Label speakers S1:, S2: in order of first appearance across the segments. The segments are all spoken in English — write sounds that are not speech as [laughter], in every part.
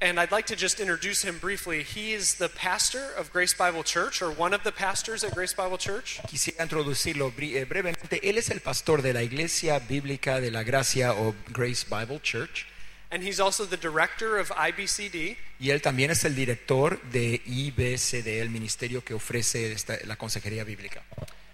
S1: And I'd like to just introduce him briefly. He is the pastor of Grace Bible Church, or one of the pastors at Grace Bible Church.
S2: Quisiera introducirlo bre- eh, brevemente. Él es el pastor de la Iglesia Bíblica de la Gracia o Grace Bible Church
S1: And he's also the director of IBCD.
S2: y él también es el director de IBCD, el ministerio que ofrece esta- la consejería bíblica.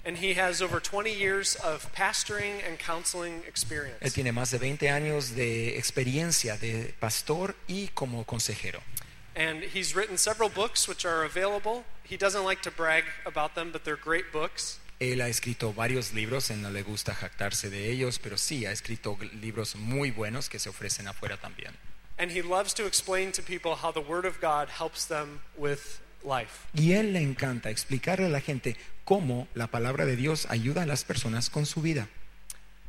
S1: And he has over 20 years of pastoring and counseling
S2: Él
S1: experience.
S2: tiene más de 20 años de experiencia de pastor y como consejero.
S1: And he's written several books which are available. He doesn't like to brag about them, but they're great books.
S2: Él ha escrito varios libros, él no le gusta jactarse de ellos, pero sí ha escrito gl- libros muy buenos que se ofrecen afuera también.
S1: And he loves to explain to people how the Word of God helps them with life.
S2: Y él le encanta explicarle a la gente cómo la palabra de Dios ayuda a las personas con su vida.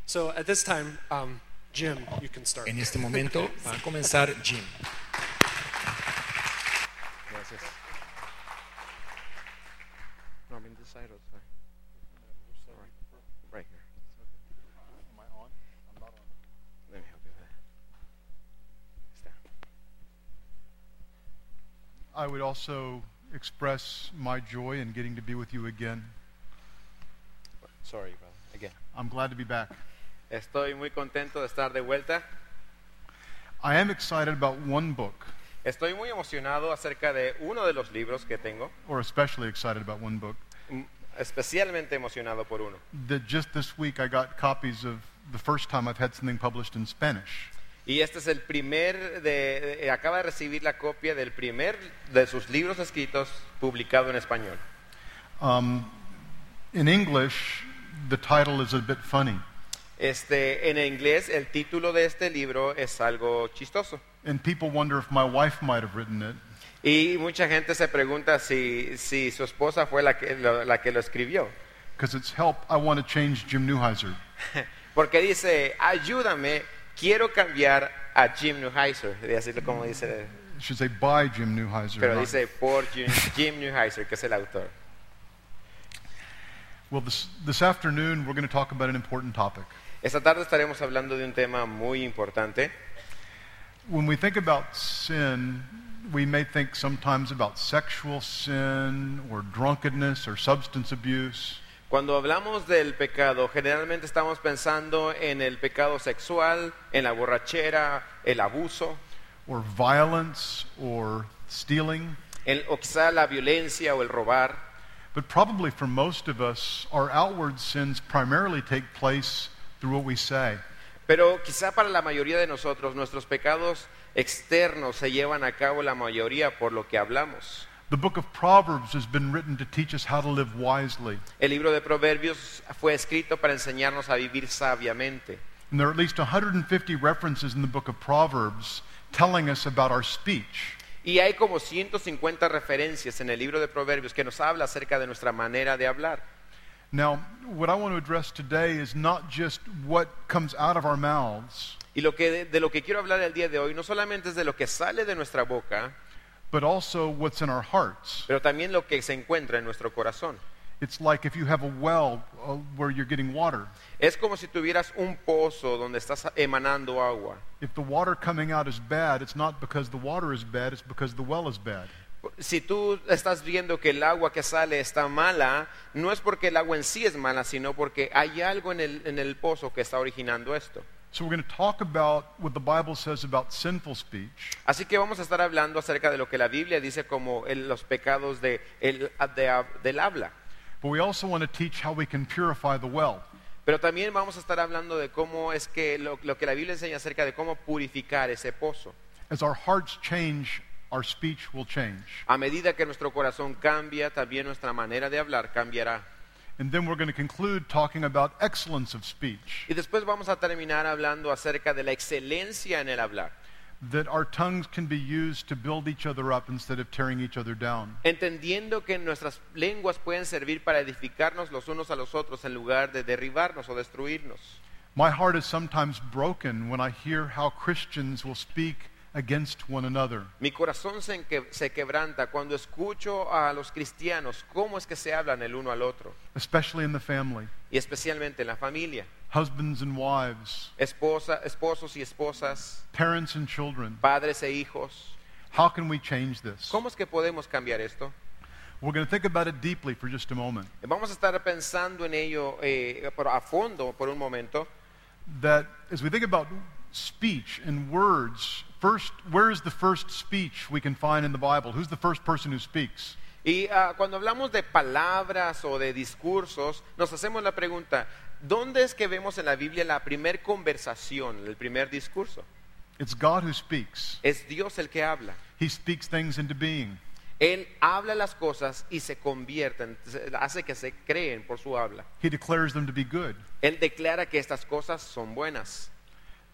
S1: So at this time, um, Jim, you can start.
S2: En este momento va a comenzar Jim.
S3: Gracias. No, I mean this side or the side? Right. Right here.
S4: Am I on? I'm not on.
S3: Let me help you with that. It's down.
S4: I would also express my joy in getting to be with you again.
S3: Sorry, brother. Again.
S4: I'm glad to be back.
S3: Estoy muy contento de estar de vuelta.
S4: I am excited about one book,
S3: Estoy muy emocionado acerca de uno de los libros que tengo,
S4: or especially excited about one book.
S3: mm, especialmente emocionado por uno.
S4: That just this week I got copies of the first time I've had something published in Spanish.
S3: Y este es el primer, de, eh, acaba de recibir la copia del primer de sus libros escritos publicado en español.
S4: Um, in English, the title is a bit funny.
S3: Este, en inglés, el título de este libro es algo chistoso.
S4: And people wonder if my wife might have written it.
S3: Y mucha gente se pregunta si, si su esposa fue la que, lo, la que lo escribió. [laughs]
S4: Because it's help, I want to change Jim Neuheiser.
S3: Porque dice, ayúdame, quiero cambiar a Jim Neuheiser. Y así lo como dice,
S4: It should say by Jim Neuheiser.
S3: pero
S4: not-
S3: dice por Jim, Jim Neuheiser, que es el autor.
S4: Well, this, this afternoon we're going to talk about an important topic.
S3: Esta tarde estaremos hablando de un tema muy importante.
S4: When we think about sin, we may think sometimes about sexual sin or drunkenness or substance abuse.
S3: Cuando hablamos del pecado, generalmente estamos pensando en el pecado sexual, en la borrachera, el abuso,
S4: or violence or stealing.
S3: el- o quizá la violencia o el robar.
S4: But probably for most of us, our outward sins primarily take place through what we say.
S3: Pero quizá para la mayoría de nosotros nuestros pecados externos se llevan a cabo la mayoría por lo que hablamos.
S4: The book of Proverbs has been written to teach us how to live wisely.
S3: El libro de Proverbios fue escrito para enseñarnos a vivir sabiamente.
S4: And there are at least 150 references in the book of Proverbs telling us about our speech.
S3: Y hay como 150 referencias en el libro de Proverbios que nos habla acerca de nuestra manera de hablar.
S4: Now, what I want to address today is not just what comes out of our mouths,
S3: Y lo que, de lo que quiero hablar el día de hoy no solamente es de lo que sale de nuestra boca,
S4: but also what's in our hearts.
S3: pero también lo que se encuentra en nuestro corazón.
S4: It's like if you have a well uh, where you're getting water.
S3: Es como si tuvieras un pozo donde estás emanando agua.
S4: If the water coming out is bad, it's not because the water is bad, it's because the well is bad.
S3: Si tú estás viendo que el agua que sale está mala, no es porque el agua en sí es mala, sino porque hay algo en el, en el pozo que está originando esto.
S4: So we're going to talk about what the Bible says about sinful speech,
S3: Así que vamos a estar hablando acerca de lo que la Biblia dice como el- los pecados de, el- de- del habla.
S4: but we also want to teach how we can purify the well.
S3: Pero también vamos a estar hablando de cómo es que lo, lo que la Biblia enseña acerca de cómo purificar ese pozo.
S4: As our hearts change, our speech will change.
S3: A medida que nuestro corazón cambia, también nuestra manera de hablar cambiará.
S4: And then we're going to conclude talking about excellence of speech,
S3: Y después vamos a terminar hablando acerca de la excelencia en el hablar.
S4: that our tongues can be used to build each other up instead of tearing each other down.
S3: entendiendo que nuestras lenguas pueden servir para edificarnos los unos a los otros en lugar de derribarnos o destruirnos.
S4: My heart is sometimes broken when I hear how Christians will speak against one another.
S3: Mi corazón se, enque- se quebranta cuando escucho a los cristianos cómo es que se hablan el uno al otro,
S4: especially in the family,
S3: y especialmente en la familia,
S4: husbands and wives,
S3: esposa, esposos y esposas,
S4: parents and children.
S3: padres e hijos.
S4: How can we change this?
S3: ¿Cómo es que podemos cambiar esto?
S4: We're going to think about it deeply for just a moment.
S3: Vamos a estar pensando en ello eh, por- a fondo por un momento.
S4: That as we think about speech and words, first, where is the first speech we can find in the Bible? Who's the first person who speaks?
S3: Y ah, cuando hablamos de palabras o de discursos, nos hacemos la pregunta, ¿dónde es que vemos en la Biblia la primer conversación, el primer discurso?
S4: It's God who speaks.
S3: Es Dios el que habla.
S4: He speaks things into being.
S3: Él habla las cosas y se convierten, se- hace que se creen por su habla.
S4: He declares them to be good.
S3: Él declara que estas cosas son buenas.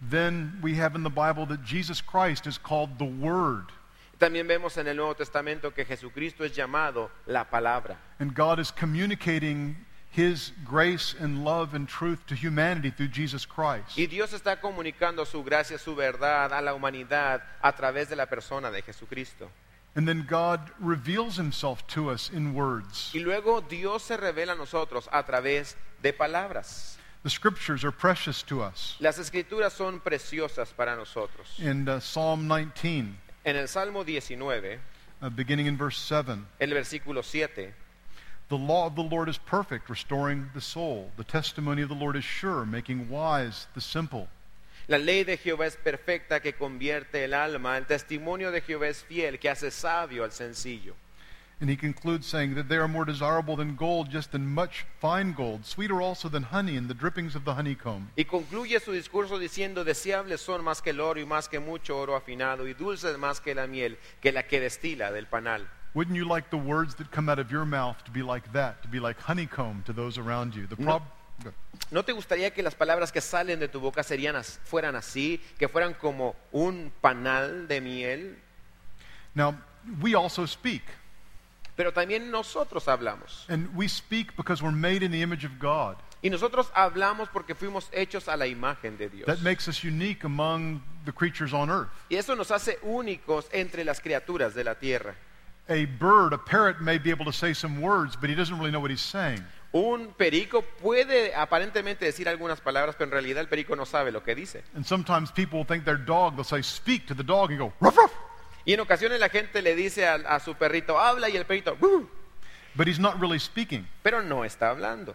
S4: Then we have in the Bible that Jesus Christ is called the Word,
S3: También vemos en el Nuevo Testamento que Jesucristo es llamado la palabra.
S4: and God is communicating His grace and love and truth to humanity through Jesus Christ.
S3: Y Dios está comunicando su gracia, su verdad a la humanidad a través de la persona de Jesucristo.
S4: And then God reveals Himself to us in words.
S3: Y luego Dios se revela a nosotros a través de palabras.
S4: The Scriptures are precious to us.
S3: Las escrituras son preciosas para nosotros.
S4: In uh, Psalm 19,
S3: En el Salmo 19,
S4: uh, beginning in verse 7,
S3: el versículo 7,
S4: the law of the Lord is perfect, restoring the soul. The testimony of the Lord is sure, making wise the simple.
S3: la ley de Jehová es perfecta que convierte el alma, el testimonio de Jehová es fiel que hace sabio al sencillo.
S4: And he concludes saying that they are more desirable than gold, just than much fine gold, sweeter also than honey and the drippings of the honeycomb.
S3: Y concluye su discurso diciendo, deseables son más que el oro y más que mucho oro afinado y dulces más que la miel, que la que destila del panal.
S4: Wouldn't you like the words that come out of your mouth to be like that, to be like honeycomb to those around you? The prob-
S3: ¿No te gustaría que las palabras que salen de tu boca serían as- fueran así, que fueran como un panal de miel?
S4: Now, we also speak,
S3: Pero también nosotros hablamos.
S4: and we speak because we're made in the image of God.
S3: Y nosotros hablamos porque fuimos hechos a la imagen de Dios.
S4: That makes us unique among the creatures on earth.
S3: Y eso nos hace únicos entre las criaturas de la tierra.
S4: A bird, a parrot, may be able to say some words, but he doesn't really know what he's saying.
S3: Un perico puede aparentemente decir algunas palabras, pero en realidad el perico no sabe lo que dice.
S4: And sometimes people will think their dog, they'll say, Speak to the dog, and go, Ruff, ruff.
S3: Y en ocasiones la gente le dice a, a su perrito, habla y el perrito, "Bú",
S4: But he's not really speaking.
S3: pero no está hablando.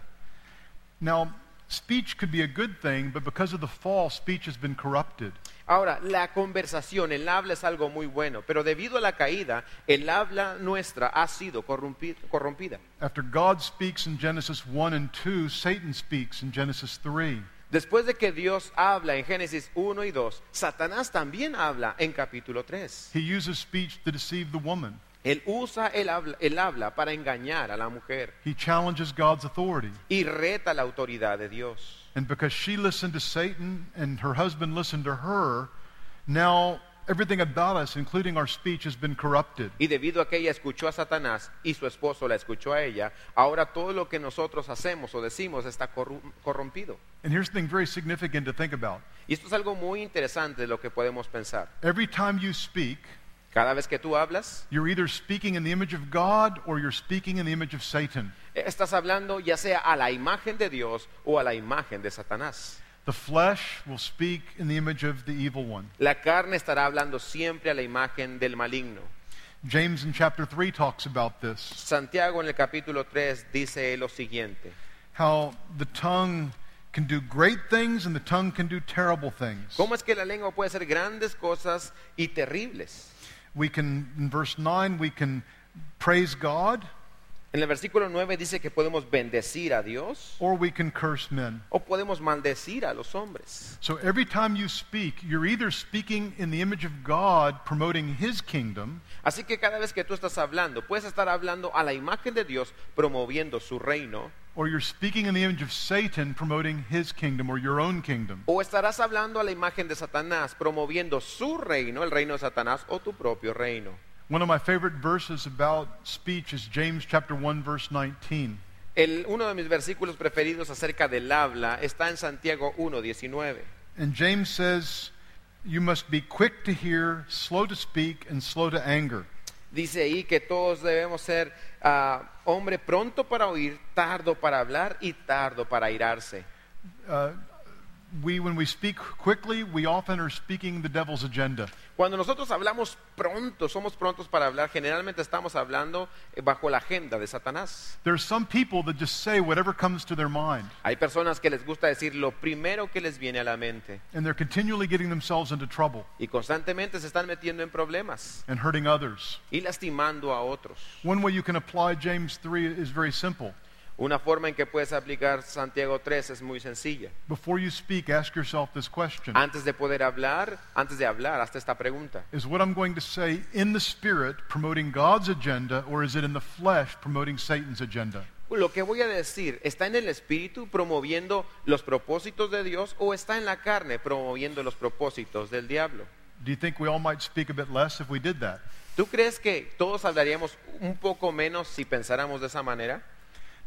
S4: Now, speech could be a good thing, but because of the fall, speech has been corrupted.
S3: Ahora, la conversación, el habla es algo muy bueno, pero debido a la caída, el habla nuestra ha sido corrompi- corrompida.
S4: After God speaks in Genesis 1 and 2, Satan speaks in Genesis 3.
S3: Después de que Dios habla en Génesis 1 y 2, Satanás también habla en capítulo 3.
S4: He uses speech to deceive the woman.
S3: Él usa el habla, el habla para engañar a la mujer
S4: He challenges God's authority.
S3: y reta la autoridad de Dios.
S4: And because she listened to Satan and her husband listened to her, now everything about us, including our speech, has been corrupted.
S3: Y debido a que ella escuchó a Satanás y su esposo la escuchó a ella, ahora todo lo que nosotros hacemos o decimos está corru- corrompido.
S4: And here's something very significant to think about.
S3: Y esto es algo muy interesante de lo que podemos pensar.
S4: Every time you speak,
S3: Cada vez que tú hablas,
S4: you're either speaking in the image of God or you're speaking in the image of Satan.
S3: eh, Estás hablando ya sea a la imagen de Dios o a la imagen de Satanás.
S4: The flesh will speak in the image of the evil one.
S3: La carne estará hablando siempre a la imagen del maligno.
S4: James in chapter 3 talks about this
S3: Santiago en el capítulo 3 dice lo siguiente,
S4: how the tongue can do great things and the tongue can do terrible things.
S3: ¿cómo es que la lengua puede hacer grandes cosas y terribles?
S4: We can, in verse 9, we can praise God
S3: En el versículo 9 dice que podemos bendecir a Dios
S4: or we can curse men.
S3: o podemos maldecir a los hombres.
S4: So every time you speak, you're either speaking in the image of God, promoting his kingdom,
S3: Así que cada vez que tú estás hablando, puedes estar hablando a la imagen de Dios promoviendo su reino
S4: or you're speaking in the image of Satan, promoting his kingdom or your own kingdom.
S3: O estarás hablando a la imagen de Satanás, promoviendo su reino, el reino de Satanás, o tu propio reino.
S4: One of my favorite verses about speech is James chapter 1 verse 19.
S3: El, uno de mis versículos preferidos acerca del habla está en Santiago 1.19.
S4: And James says, You must be quick to hear, slow to speak, and slow to anger.
S3: Dice ahí que todos debemos ser ah, hombre pronto para oír, tardo para hablar y tardo para irarse.
S4: Uh, we, when we speak quickly, we often are speaking the devil's agenda.
S3: Cuando nosotros hablamos pronto, somos prontos para hablar, generalmente estamos hablando eh, bajo la agenda de Satanás.
S4: There's some people that just say whatever comes to their mind,
S3: Hay personas que les gusta decir lo primero que les viene a la mente
S4: and they're continually getting themselves into trouble
S3: y constantemente se están metiendo en problemas
S4: and hurting others.
S3: y lastimando a otros.
S4: One way you can apply James 3 is very simple.
S3: Una forma en que puedes aplicar Santiago 3 es muy sencilla.
S4: Before you speak, ask yourself this question
S3: Antes de poder hablar, antes de hablar, hazte esta pregunta.
S4: Is what I'm going to say in the spirit promoting God's agenda, or is it in the flesh promoting Satan's agenda?
S3: ¿Lo que voy a decir está en el espíritu promoviendo los propósitos de Dios o está en la carne promoviendo los propósitos del diablo?
S4: Do you think we all might speak a bit less if we did that?
S3: ¿Tú crees que todos hablaríamos un poco menos si pensáramos de esa manera?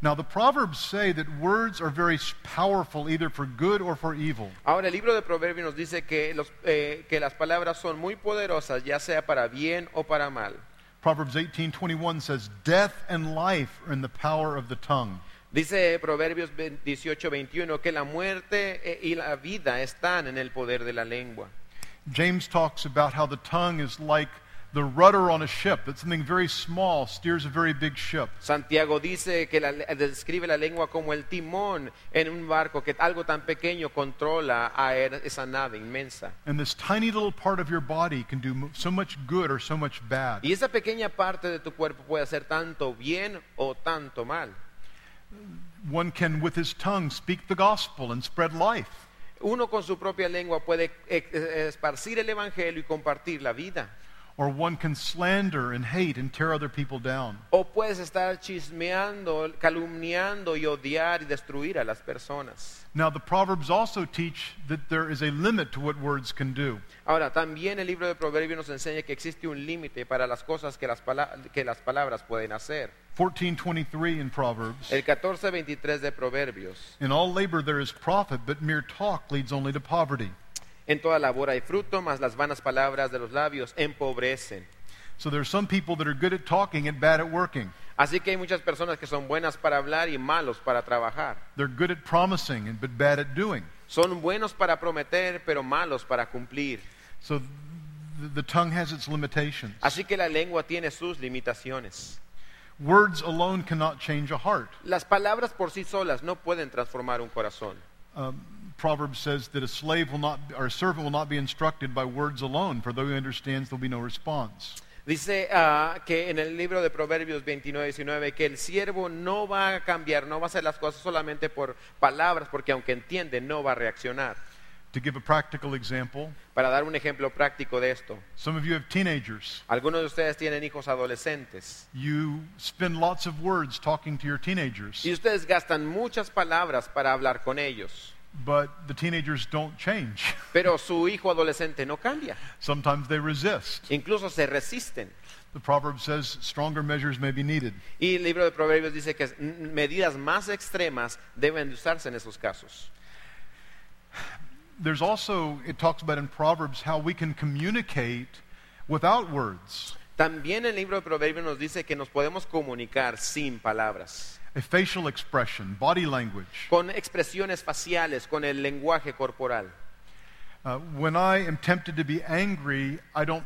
S4: Now, the Proverbs say that words are very powerful either for good or for evil.
S3: Ahora, el libro de Proverbios nos dice que, los, eh, que las palabras son muy poderosas, ya sea para bien o para mal.
S4: Proverbs 18:21 says, "Death and life are in the power of the tongue."
S3: Dice Proverbios 18, 21 que la muerte eh, y la vida están en el poder de la lengua.
S4: James talks about how the tongue is like the rudder on a ship, that something very small steers a very big ship.
S3: Santiago dice que la- describe la lengua como el timón en un barco, que algo tan pequeño controla a er- esa nave inmensa.
S4: And this tiny little part of your body can do mo- so much good or so much bad.
S3: Y esa pequeña parte de tu cuerpo puede hacer tanto bien o tanto mal.
S4: One can, with his tongue, speak the gospel and spread life.
S3: Uno con su propia lengua puede eh, eh, esparcir el evangelio y compartir la vida.
S4: Or one can slander and hate and tear other people down.
S3: O puedes estar chismeando, calumniando y odiar y destruir a las personas.
S4: Now, the Proverbs also teach that there is a limit to what words can do.
S3: Ahora, también el libro de Proverbios nos enseña que existe un límite para las cosas que las, pala- que las palabras pueden hacer.
S4: 1423 in Proverbs.
S3: El 14:23 de Proverbios.
S4: In all labor there is profit, but mere talk leads only to poverty.
S3: En toda labor hay fruto, mas las vanas palabras de los labios empobrecen.
S4: So there are some people that are good at talking and bad at working.
S3: Así que hay muchas personas que son buenas para hablar y malos para trabajar.
S4: They're good at promising and but bad at doing.
S3: Son buenos para prometer, pero malos para cumplir.
S4: So th- the tongue has its limitations.
S3: Así que la lengua tiene sus limitaciones.
S4: Words alone cannot change a heart.
S3: Las palabras por sí solas no pueden transformar un corazón.
S4: Um, Proverbs says that a slave will not, or a servant will not be instructed by words alone, for though he understands, there'll be no response.
S3: Dice ah, que en el libro de Proverbios 29, 19, que el siervo no va a cambiar, no va a hacer las cosas solamente por palabras, porque aunque entiende, no va a reaccionar.
S4: To give a practical example,
S3: Para dar un ejemplo práctico de esto,
S4: some of you have teenagers.
S3: algunos de ustedes tienen hijos adolescentes
S4: You spend lots of words talking to your teenagers,
S3: y ustedes gastan muchas palabras para hablar con ellos,
S4: but the teenagers don't change. [laughs]
S3: pero su hijo adolescente no cambia,
S4: Sometimes they resist.
S3: incluso se resisten.
S4: The proverb says stronger measures may be needed.
S3: Y el libro de Proverbios dice que mm, medidas más extremas deben de usarse en esos casos.
S4: There's also, it talks about in Proverbs how we can communicate without words.
S3: También el libro de Proverbios nos dice que nos podemos comunicar sin palabras,
S4: A facial expression, body language.
S3: con expresiones faciales, con el lenguaje corporal.
S4: Uh, when I am tempted to be angry, I don't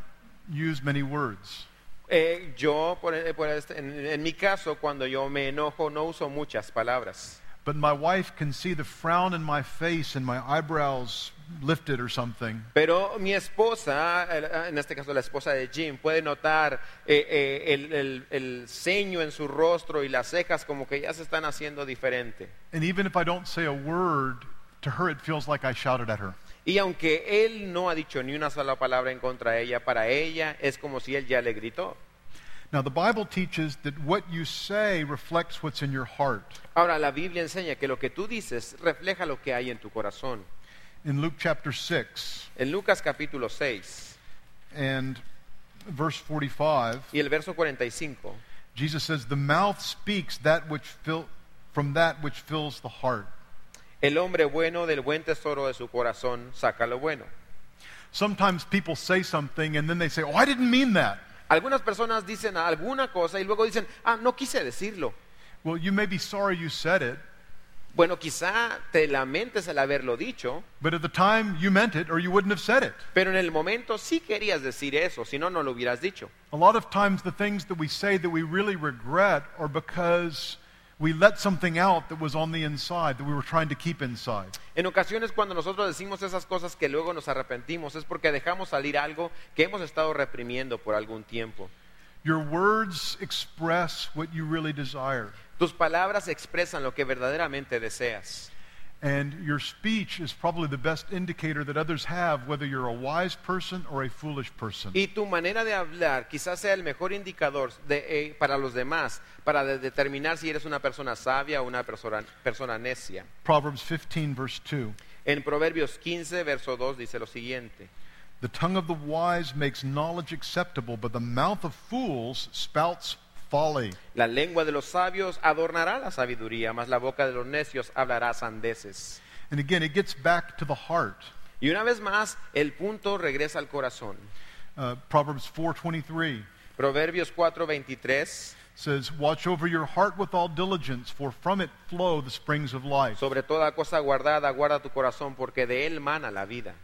S4: use many words.
S3: Eh, yo, por, eh, por este- en, en mi caso, cuando yo me enojo, no uso muchas palabras.
S4: But my wife can see the frown in my face and my eyebrows lifted or something.
S3: Pero mi esposa, el- en este caso la esposa de Jim, puede notar eh, eh, el, el- el ceño en su rostro y las cejas como que ya se están haciendo diferente.
S4: And even if I don't say a word, to her it feels like I shouted at her.
S3: Y aunque él no ha dicho ni una sola palabra en contra de ella, para ella es como si él ya le gritó.
S4: Now, the Bible teaches that what you say reflects what's in your heart.
S3: Ahora la Biblia enseña que lo que tú dices refleja lo que hay en tu corazón.
S4: In Luke chapter 6
S3: En Lucas capítulo 6
S4: and verse 45,
S3: y el verso 45,
S4: Jesus says, The mouth speaks that which fill, from that which fills the heart.
S3: el hombre bueno del buen tesoro de su corazón saca lo bueno.
S4: Sometimes people say something and then they say, Oh, I didn't mean that.
S3: Algunas personas dicen alguna cosa y luego dicen, ah, no quise decirlo.
S4: Well, you may be sorry you said it,
S3: Bueno, quizá te lamentes al haberlo dicho,
S4: But at the time, you meant it or you wouldn't have said it.
S3: pero en el momento sí querías decir eso, si no, no lo hubieras dicho.
S4: A lot of times, the things that we say that we really regret are because we let something out that was on the inside that we were trying to keep inside.
S3: En ocasiones cuando nosotros decimos esas cosas que luego nos arrepentimos es porque dejamos salir algo que hemos estado reprimiendo por algún tiempo.
S4: Your words express what you really desire,
S3: Tus palabras expresan lo que verdaderamente deseas.
S4: and your speech is probably the best indicator that others have whether you're a wise person or a foolish person.
S3: Y tu manera de hablar quizás sea el mejor indicador de, eh, para los demás, para de- determinar si eres una persona sabia o una persona, persona necia.
S4: Proverbs 15, verse 2.
S3: En Proverbios 15, verso 2 dice lo siguiente.
S4: The tongue of the wise makes knowledge acceptable, but the mouth of fools spouts folly.
S3: La lengua de los sabios adornará la sabiduría, mas la boca de los necios hablará sandeces.
S4: And again, it gets back to the heart.
S3: Y una vez más, el punto regresa al corazón.
S4: Uh, Proverbs 4:23
S3: Proverbios 4:23,
S4: says, "Watch over your heart with all diligence, for from it flow the springs of life."
S3: sobre toda cosa guardada, guarda tu corazón, porque de él mana la vida.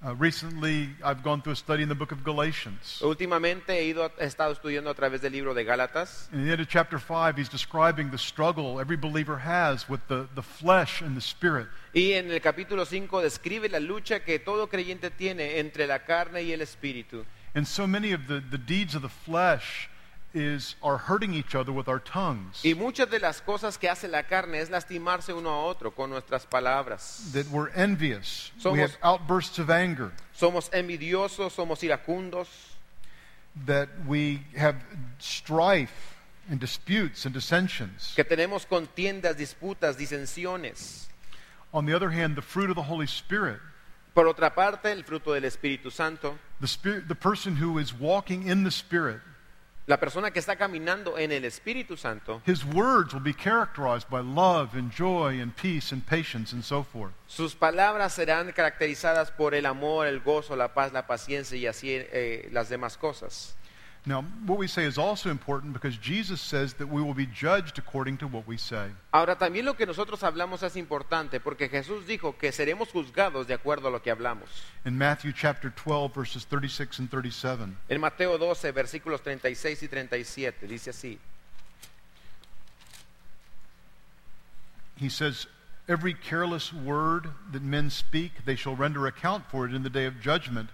S4: Uh, recently, I've gone through a study in the book of Galatians.
S3: Últimamente he, ido, he estado estudiando a través del libro de Gálatas
S4: In the end of chapter 5, he's describing the struggle every believer has with the, the flesh and the spirit.
S3: y en el capítulo 5 describe la lucha que todo creyente tiene entre la carne y el espíritu.
S4: And so many of the, the deeds of the flesh is, are hurting each other with our tongues.
S3: Y muchas de las cosas que hace la carne es lastimarse uno a otro con nuestras palabras.
S4: that we're envious.
S3: Somos-
S4: we have outbursts of anger.
S3: Somos envidiosos, somos iracundos,
S4: That we have strife and disputes and dissensions.
S3: que tenemos contiendas, disputas, disensiones.
S4: On the other hand, the fruit of the Holy Spirit,
S3: Por otra parte, el fruto del Espíritu Santo
S4: the spirit, the person who is walking in the Spirit,
S3: La persona que está caminando en el Espíritu Santo,
S4: his words will be characterized by love and joy and peace and patience and so forth.
S3: sus palabras serán caracterizadas por el amor, el gozo, la paz, la paciencia y así eh, las demás cosas.
S4: Now, what we say is also important because Jesus says that we will be judged according to what we say.
S3: Ahora también lo que nosotros hablamos es importante porque Jesús dijo que seremos juzgados de acuerdo a lo que hablamos.
S4: In Matthew chapter 12, verses 36 and 37.
S3: En Mateo 12, versículos 36 y 37 dice así,
S4: He says, Every careless word that men speak, they shall render account for it in the day of judgment.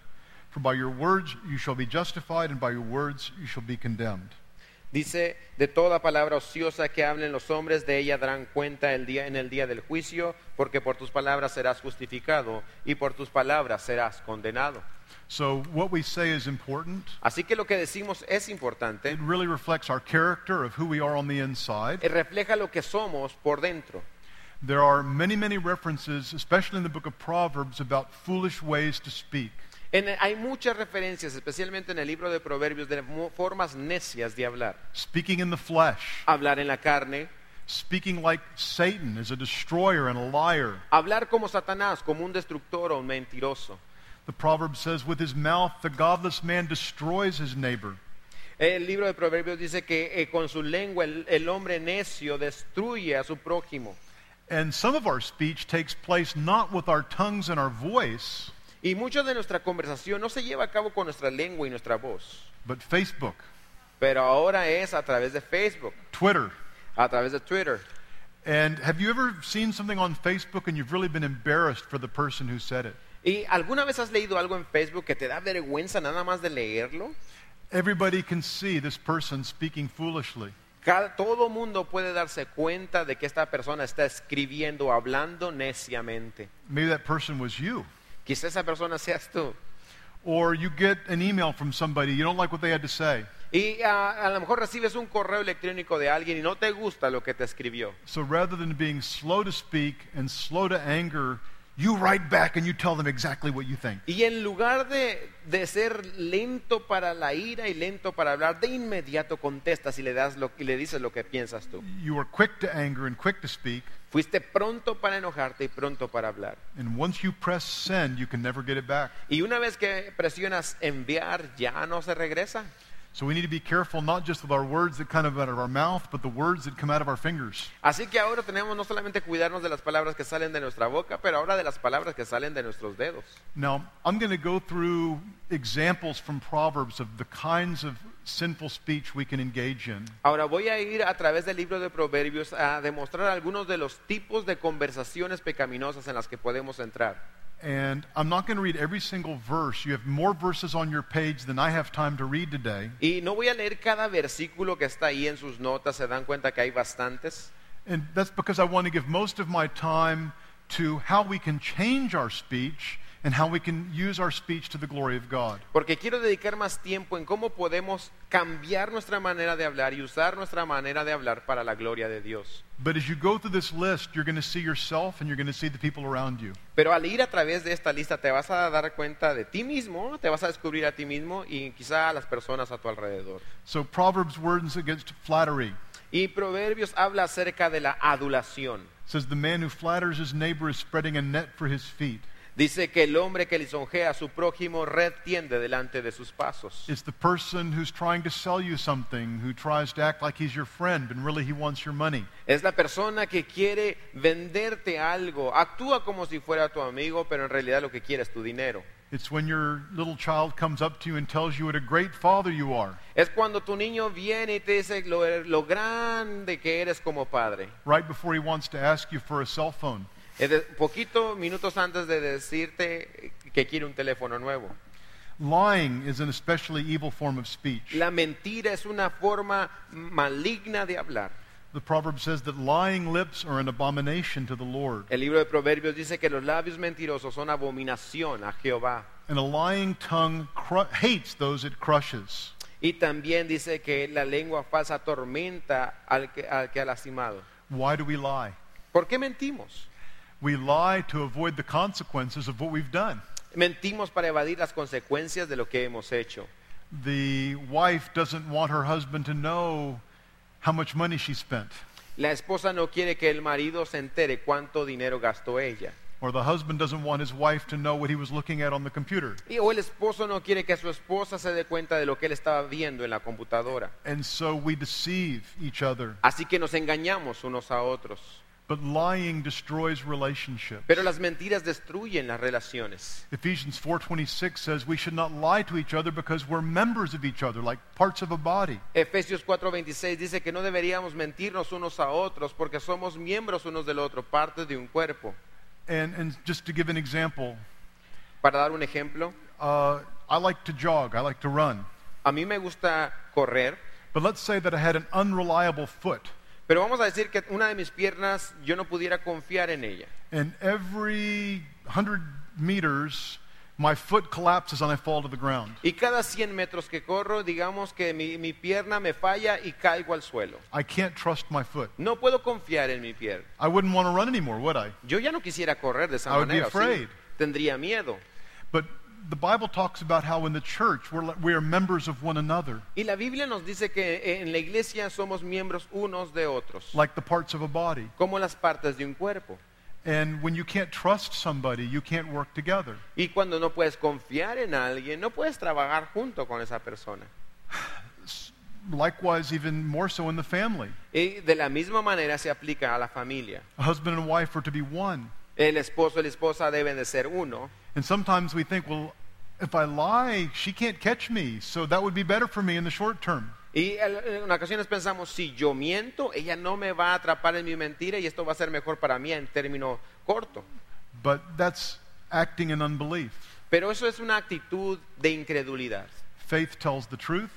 S4: For by your words you shall be justified, and by your words you shall be condemned.
S3: dice, de toda palabra ociosa que hablen los hombres, de ella darán cuenta el día, en el día del juicio, porque por tus palabras serás justificado y por tus palabras serás condenado.
S4: So, what we say is important.
S3: Así que lo que decimos es
S4: It
S3: importante.
S4: really reflects our character of who we are on the inside.
S3: eh, Refleja lo que somos por dentro.
S4: There are many, many references, especially in the book of Proverbs, about foolish ways to speak.
S3: En- hay muchas referencias, especialmente en el libro de Proverbios, de mo- formas necias de hablar.
S4: Speaking in the flesh,
S3: Hablar en la carne,
S4: speaking like Satan is a destroyer and a liar.
S3: hablar como Satanás, como un destructor o un mentiroso.
S4: The proverb says, With his mouth the godless man destroys his neighbor.
S3: El libro de Proverbios dice que eh, con su lengua el, el hombre necio destruye a su prójimo.
S4: And some of our speech takes place not with our tongues and our voice,
S3: Y mucha de nuestra conversación no se lleva a cabo con nuestra lengua y nuestra voz,
S4: but Facebook,
S3: pero ahora es a través de Facebook,
S4: Twitter.
S3: a través de Twitter.
S4: And have you ever seen something on Facebook and you've really been embarrassed for the person who said it?
S3: ¿Y alguna vez has leído algo en Facebook que te da vergüenza nada más de leerlo?
S4: Everybody can see this person speaking foolishly.
S3: Cada, todo mundo puede darse cuenta de que esta persona está escribiendo, hablando neciamente.
S4: Maybe that person was you.
S3: Quizá esa persona seas tú.
S4: Or you get an email from somebody, you don't like what they had to say.
S3: Y ah, a lo mejor recibes un correo electrónico de alguien y no te gusta lo que te escribió.
S4: So rather than being slow to speak and slow to anger, you write back and you tell them exactly what you think.
S3: Y en lugar de, de ser lento para la ira y lento para hablar, de inmediato contestas y le, das lo, y le dices lo que piensas tú.
S4: You are quick to anger and quick to speak,
S3: Fuiste pronto para enojarte y pronto para hablar.
S4: and once you press send, you can never get it back.
S3: Y una vez que presionas enviar, ya no se regresa.
S4: So we need to be careful not just with our words that come out of our mouth, but the words that come out of our fingers.
S3: Así que ahora tenemos no solamente cuidarnos de las palabras que salen de nuestra boca, pero ahora de las palabras que salen de nuestros dedos.
S4: Now, I'm going to go through examples from Proverbs of the kinds of sinful speech we can engage in.
S3: Ahora voy a ir a través del libro de Proverbios a demostrar algunos de los tipos de conversaciones pecaminosas en las que podemos entrar.
S4: And I'm not going to read every single verse. You have more verses on your page than I have time to read today.
S3: Y no voy a leer cada versículo que está ahí en sus notas, se dan cuenta que hay bastantes.
S4: And that's because I want to give most of my time to how we can change our speech and how we can use our speech to the glory of God.
S3: Porque quiero dedicar más tiempo en cómo podemos cambiar nuestra manera de hablar y usar nuestra manera de hablar para la gloria de Dios.
S4: But as you go through this list, you're going to see yourself and you're going to see the people around you.
S3: Pero al ir a través de esta lista te vas a dar cuenta de ti mismo, te vas a descubrir a ti mismo y quizá a las personas a tu alrededor.
S4: So Proverbs warns against flattery.
S3: Y
S4: It
S3: Proverbios habla acerca de la adulación.
S4: says the man who flatters his neighbor is spreading a net for his feet.
S3: Dice que el hombre que lisonjea a su prójimo red tiende delante de sus pasos.
S4: It's the person who's trying to sell you something, who tries to act like he's your friend, but really he wants your money.
S3: Es la persona que quiere venderte algo, actúa como si fuera tu amigo, pero en realidad lo que quiere es tu dinero.
S4: It's when your little child comes up to you and tells you what a great father you are.
S3: Es cuando tu niño viene y te dice lo, lo grande que eres como padre.
S4: right before he wants to ask you for a cell phone.
S3: Es de- poquito minutos antes de decirte que quiere un teléfono nuevo.
S4: Lying is an especially evil form of speech.
S3: La mentira es una forma maligna de hablar.
S4: The proverb says that lying lips are an abomination to the Lord,
S3: El libro de Proverbios dice que los labios mentirosos son abominación a Jehová.
S4: and a lying tongue cru- hates those it crushes.
S3: Y también dice que la lengua falsa atormenta al que, al que ha lastimado.
S4: Why do we lie?
S3: ¿Por qué mentimos?
S4: We lie to avoid the consequences of what we've done.
S3: Mentimos para evadir las consecuencias de lo que hemos hecho.
S4: The wife doesn't want her husband to know how much money she spent,
S3: La esposa no quiere que el marido se entere cuánto dinero gastó ella.
S4: or the husband doesn't want his wife to know what he was looking at on the computer.
S3: Y- O el esposo no quiere que su esposa se dé cuenta de lo que él estaba viendo en la computadora.
S4: And so we deceive each other.
S3: Así que nos engañamos unos a otros.
S4: But lying destroys relationships.
S3: Pero las mentiras destruyen las relaciones.
S4: Ephesians 4:26 says we should not lie to each other because we're members of each other like parts of a body.
S3: Efesios 4:26 dice que no deberíamos mentirnos unos a otros porque somos miembros unos del otro, partes de un cuerpo.
S4: And and just to give an example,
S3: Para dar un ejemplo,
S4: uh, I like to jog, I like to run.
S3: a mí me gusta correr,
S4: But let's say that I had an unreliable foot
S3: pero vamos a decir que una de mis piernas yo no pudiera confiar en ella.
S4: and every 100 meters my foot collapses and I fall to the ground.
S3: Y cada 100 metros que corro, digamos que mi, mi pierna me falla y caigo al suelo.
S4: I can't trust my foot.
S3: No puedo confiar en mi pierna.
S4: I wouldn't want to run anymore, would I?
S3: Yo ya no quisiera correr de esa
S4: I would be
S3: manera. ¿o sí?
S4: afraid.
S3: Tendría miedo.
S4: But the Bible talks about how in the church we're, we are members of one another,
S3: Y la Biblia nos dice que eh, en la iglesia somos miembros unos de otros,
S4: like the parts of a body.
S3: como las partes de un cuerpo.
S4: And when you can't trust somebody, you can't work together.
S3: Y cuando no puedes confiar en alguien, no puedes trabajar junto con esa persona.
S4: Likewise, even more so in the family.
S3: Y de la misma manera se aplica a la familia.
S4: A husband and wife are to be one.
S3: El esposo y la esposa deben de ser uno.
S4: And sometimes we think, well, if I lie, she can't catch me, so that would be better for me in the short term.
S3: Y al- en ocasiones pensamos, si yo miento, ella no me va a atrapar en mi mentira y esto va a ser mejor para mí en término corto.
S4: But that's acting in unbelief.
S3: Pero eso es una actitud de incredulidad,
S4: Faith tells the truth,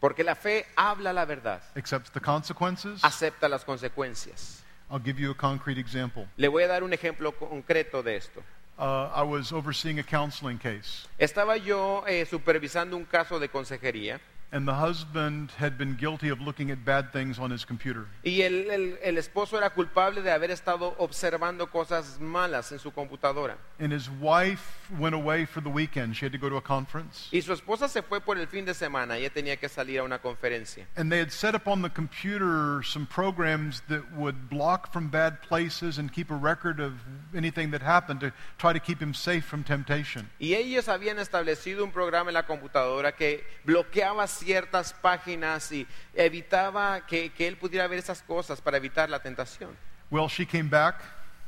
S3: porque la fe habla la verdad,
S4: accepts the consequences.
S3: acepta las consecuencias.
S4: I'll give you a concrete example.
S3: Le voy a dar un ejemplo concreto de esto.
S4: Uh, I was overseeing a counseling case,
S3: Estaba yo eh, supervisando un caso de consejería
S4: and the husband had been guilty of looking at bad things on his computer.
S3: y el, el- el esposo era culpable de haber estado observando cosas malas en su computadora.
S4: And his wife went away for the weekend. She had to go to a conference.
S3: Y su esposa se fue por el fin de semana, ella tenía que salir a una conferencia.
S4: And they had set up on the computer some programs that would block from bad places and keep a record of anything that happened to try to keep him safe from temptation.
S3: Y ellos habían establecido un programa en la computadora que bloqueaba ciertas páginas y evitaba que, que él pudiera ver esas cosas para evitar la tentación.
S4: Well, she came back,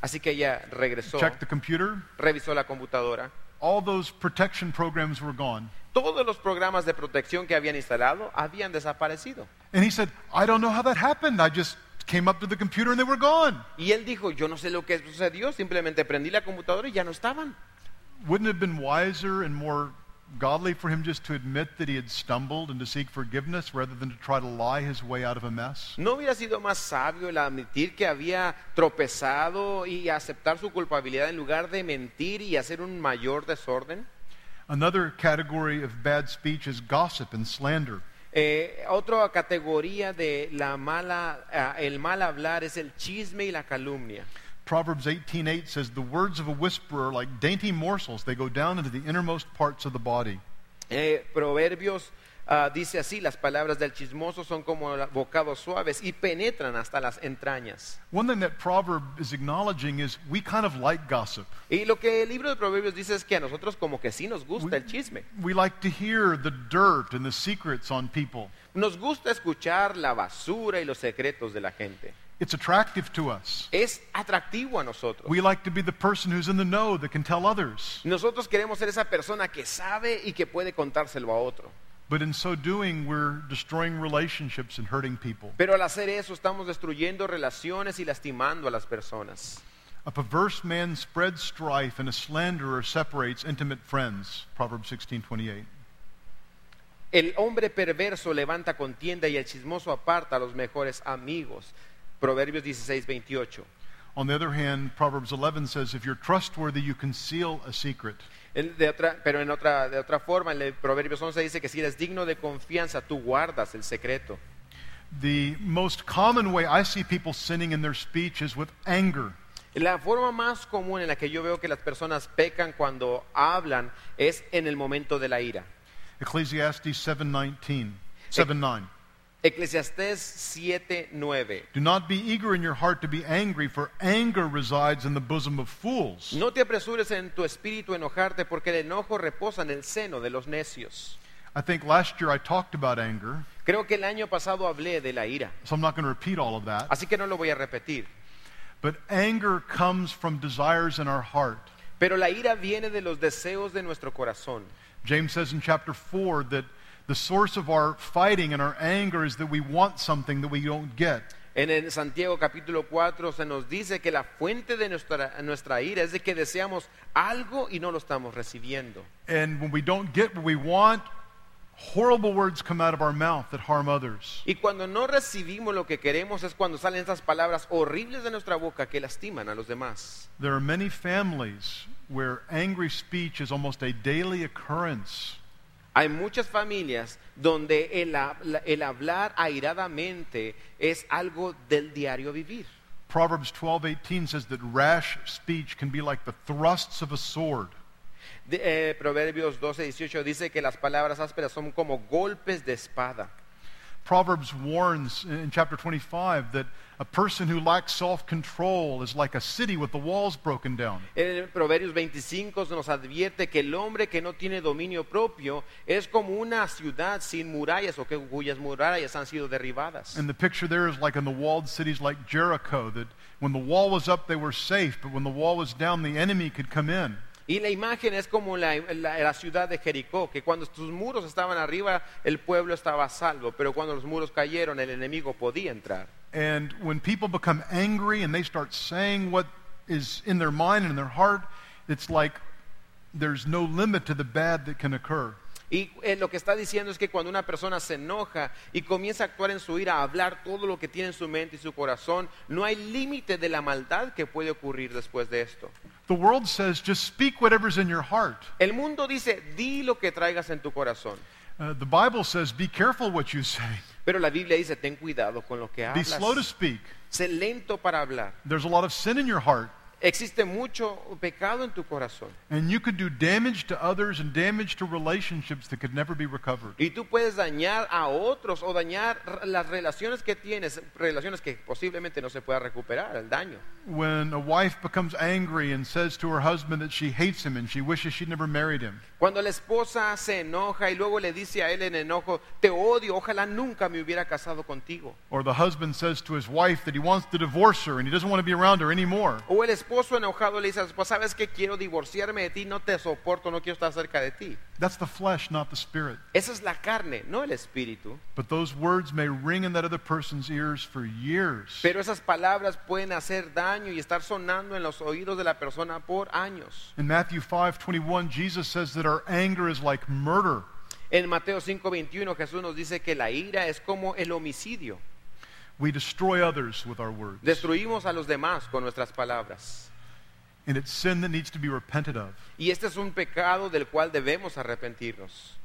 S3: Así que ella regresó,
S4: checked the computer.
S3: revisó la computadora.
S4: All those protection programs were gone.
S3: Todos los programas de protección que habían instalado habían desaparecido.
S4: And he said, I don't know how that happened. I just came up to the computer and they were gone.
S3: Y él dijo, yo no sé lo que sucedió, simplemente prendí la computadora y ya no estaban.
S4: Wouldn't it have been wiser and more godly for him just to admit that he had stumbled and to seek forgiveness rather than to try to lie his way out of a mess?
S3: ¿No hubiera sido más sabio el admitir que había tropezado y aceptar su culpabilidad en lugar de mentir y hacer un mayor desorden?
S4: Another category of bad speech is gossip and slander.
S3: Eh, otra categoría de la mala, ah, el mal hablar es el chisme y la calumnia.
S4: Proverbs 18:8 says the words of a whisperer are like dainty morsels they go down into the innermost parts of the body.
S3: Eh, Proverbios ah, dice así, las palabras del chismoso son como la- bocados suaves y penetran hasta las entrañas.
S4: One thing that proverb is acknowledging is we kind of like gossip.
S3: Y lo que el libro de Proverbios dice es que a nosotros como que sí nos
S4: We,
S3: gusta el chisme.
S4: we like to hear the dirt and the secrets on people.
S3: Nos gusta escuchar la basura y los secretos de la gente.
S4: It's attractive to us.
S3: Es atractivo a nosotros.
S4: We like to be the person who's in the know that can tell others.
S3: Nosotros queremos ser esa persona que sabe y que puede contárselo a otro.
S4: But in so doing, we're destroying relationships and hurting people.
S3: Pero al hacer eso estamos destruyendo relaciones y lastimando a las personas.
S4: A perverse man spreads strife, and a slanderer separates intimate friends. Proverbs 16:28.
S3: El hombre perverso levanta contienda y el chismoso aparta a los mejores amigos. Proverbios 16, 28.
S4: On the other hand, Proverbs 11 says, "If you're trustworthy, you conceal a secret."
S3: En- de otra- pero en otra, de otra forma, en el Proverbios 11 dice que si eres digno de confianza, tú guardas el secreto.
S4: The most common way I see people sinning in their speech is with anger.
S3: La forma más común en la que yo veo que las personas pecan cuando hablan es en el momento de la ira.
S4: Ecclesiastes 7:19. 7:9.
S3: Eclesiastés 7:9.
S4: Do not be eager in your heart to be angry, for anger resides in the bosom of fools.
S3: No te apresures en tu espíritu a enojarte, porque el enojo reposa en el seno de los necios.
S4: I think last year I talked about anger,
S3: Creo que el año pasado hablé de la ira,
S4: so I'm not going to repeat all of that.
S3: así que no lo voy a repetir.
S4: But anger comes from desires in our heart.
S3: Pero la ira viene de los deseos de nuestro corazón.
S4: James says in chapter 4 that the source of our fighting and our anger is that we want something that we don't get.
S3: En el Santiago capítulo 4 se nos dice que la fuente de nuestra, nuestra ira es de que deseamos algo y no lo estamos recibiendo.
S4: And when we don't get what we want, horrible words come out of our mouth that harm others.
S3: Y cuando no recibimos lo que queremos es cuando salen esas palabras horribles de nuestra boca que lastiman a los demás.
S4: There are many families where angry speech is almost a daily occurrence.
S3: Hay muchas familias donde el, ha- la- el hablar airadamente es algo del diario vivir.
S4: Proverbs 12:18 says that rash speech can be like the thrusts of a sword.
S3: De- eh, Proverbios 12, 18 dice que las palabras ásperas son como golpes de espada.
S4: Proverbs warns in in chapter 25 that a person who lacks self control is like a city with the walls broken down.
S3: En Proverbios 25 nos advierte que el hombre que no tiene dominio propio es como una ciudad sin murallas o que cuyas murallas han sido derribadas.
S4: And the picture there is like in the walled cities like Jericho, that when the wall was up, they were safe, but when the wall was down, the enemy could come in.
S3: Y la imagen es como la, la- la ciudad de Jericó, que cuando sus muros estaban arriba, el pueblo estaba a salvo, pero cuando los muros cayeron, el enemigo podía entrar.
S4: And when people become angry and they start saying what is in their mind and in their heart, it's like there's no limit to the bad that can occur.
S3: Y eh, lo que está diciendo es que cuando una persona se enoja y comienza a actuar en su ira, a hablar todo lo que tiene en su mente y su corazón, no hay límite de la maldad que puede ocurrir después de esto.
S4: The world says just speak whatever's in your heart.
S3: El mundo dice, di lo que traigas en tu corazón,
S4: Uh, the Bible says be careful what you say,
S3: pero la Biblia dice, ten cuidado con lo que
S4: be slow to
S3: hablas.
S4: speak.
S3: Sé lento para hablar.
S4: There's a lot of sin in your heart.
S3: Existe mucho pecado en tu corazón.
S4: And you could do damage to others and damage to relationships that could never be recovered.
S3: Y tú puedes dañar a otros o dañar r- las relaciones que tienes, relaciones que posiblemente no se pueda recuperar, el daño.
S4: When a wife becomes angry and says to her husband that she hates him and she wishes she'd never married him,
S3: Cuando la esposa se enoja y luego le dice a él en enojo, te odio, ojalá nunca me hubiera casado contigo.
S4: or the husband says to his wife that he wants to divorce her and he doesn't want to be around her anymore,
S3: O el esposo enojado le dice a su esposa, sabes que quiero divorciarme de ti, no te soporto, no quiero estar cerca de ti.
S4: that's the flesh, not the spirit.
S3: Esa es la carne, no el espíritu.
S4: But those words may ring in that other person's ears for years.
S3: Pero esas palabras pueden hacer daño y estar sonando en los oídos de la persona por años.
S4: In Matthew 5:21, Jesus says that our anger is like murder.
S3: En Mateo 5:21 Jesús nos dice que la ira es como el homicidio.
S4: We destroy others with our words.
S3: Destruimos a los demás con nuestras palabras.
S4: And it's sin that needs to be repented of.
S3: Y este es un pecado del cual debemos arrepentirnos.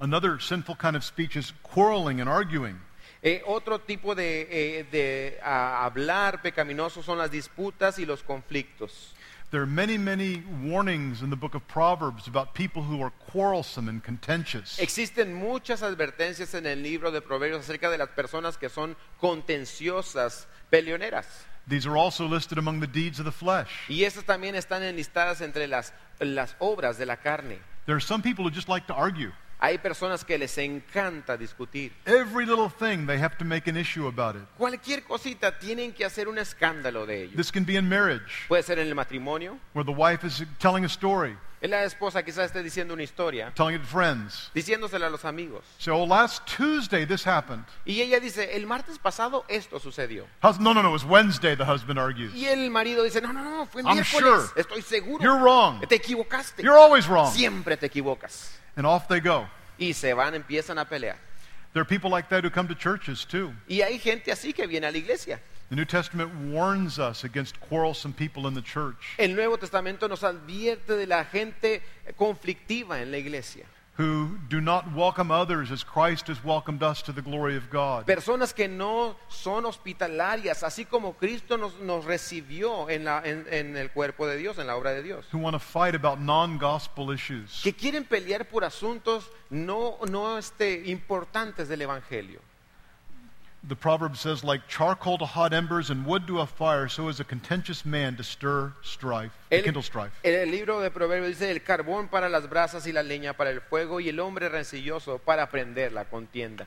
S4: Another sinful kind of speech is quarreling and arguing.
S3: Eh, otro tipo de, eh, de, ah, hablar pecaminoso son las disputas y los conflictos.
S4: There are many, many warnings in the book of Proverbs about people who are quarrelsome and contentious.
S3: Existen muchas advertencias en el libro de Proverbios acerca de las personas que son contenciosas, peleoneras.
S4: These are also listed among the deeds of the flesh.
S3: Y estas también están enlistadas entre las, las obras de la carne.
S4: There are some people who just like to argue.
S3: Hay personas que les encanta discutir.
S4: Every little thing they have to make an issue about it.
S3: Cualquier cosita tienen que hacer un escándalo de ello.
S4: This can be in marriage,
S3: Puede ser en el matrimonio.
S4: where the wife is telling a story,
S3: La esposa quizás esté diciendo una historia,
S4: telling it to friends.
S3: diciéndosela a los amigos.
S4: So last Tuesday this happened.
S3: Y ella dice, el martes pasado esto sucedió.
S4: Hus- no, no, no, it was Wednesday, the husband argues.
S3: Y el marido dice, no, no, no, fue el
S4: I'm
S3: miércoles.
S4: sure.
S3: Estoy seguro.
S4: You're wrong.
S3: Te equivocaste.
S4: You're always wrong.
S3: Siempre te equivocas.
S4: And off they go.
S3: Y se van, empiezan a pelear.
S4: There are people like that who come to churches too.
S3: Y hay gente así que viene a la iglesia.
S4: The New Testament warns us against quarrelsome people in the church
S3: El Nuevo Testamento nos advierte de la gente conflictiva en la iglesia.
S4: who do not welcome others as Christ has welcomed us to the glory of God.
S3: Personas que no son hospitalarias, así como Cristo nos, nos recibió en, la- en- en el cuerpo de Dios, en la obra de Dios.
S4: Who want to fight about non gospel issues.
S3: Que quieren pelear por asuntos no, no este, importantes del Evangelio.
S4: The proverb says, like charcoal to hot embers and wood to a fire, so is a contentious man to stir strife, to
S3: El,
S4: kindle strife.
S3: el- el libro de Proverbios dice, el carbón para las brasas y la leña para el fuego y el hombre rencilloso para prender la contienda.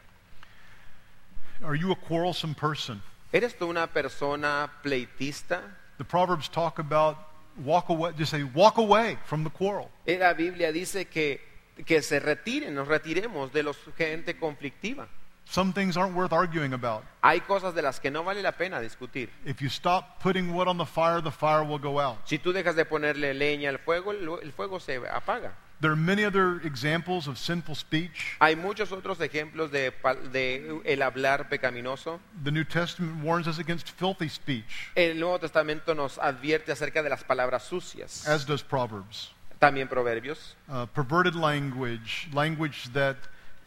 S4: Are you a quarrelsome person?
S3: ¿Eres tú una persona pleitista?
S4: The proverbs talk about walk away. Just say walk away from the quarrel.
S3: Eh, La Biblia dice que, que se retiren, nos retiremos de los gente conflictiva.
S4: Some things aren't worth arguing about.
S3: Hay cosas de las que no vale la pena discutir.
S4: If you stop putting wood on the fire, the fire will go out.
S3: Si tú dejas de ponerle leña al fuego, el, el fuego se apaga.
S4: There are many other examples of sinful speech.
S3: Hay muchos otros ejemplos de, pal- de el hablar pecaminoso.
S4: The New Testament warns us against filthy speech,
S3: El Nuevo Testamento nos advierte acerca de las palabras sucias.
S4: as does Proverbs.
S3: También proverbios.
S4: Uh, perverted language, language that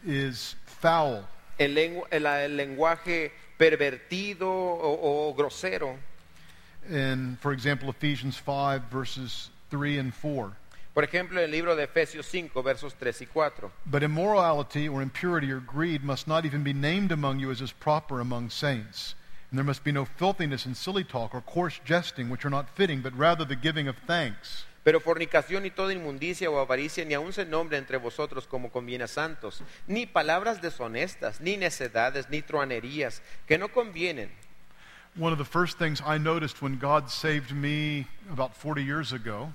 S4: is foul,
S3: El, lengu- el- el lenguaje pervertido o, o grosero.
S4: in, for example, Ephesians 5, verses 3 and 4.
S3: Por ejemplo, el libro de Efesios 5, versos 3 y 4.
S4: But immorality or impurity or greed must not even be named among you as is proper among saints. And there must be no filthiness and silly talk or coarse jesting, which are not fitting, but rather the giving of thanks.
S3: Pero fornicación y toda inmundicia o avaricia ni aun se nombre entre vosotros como conviene a santos, ni palabras deshonestas, ni necedades, ni truanerías, que no convienen.
S4: One of the first things I noticed when God saved me about 40 years ago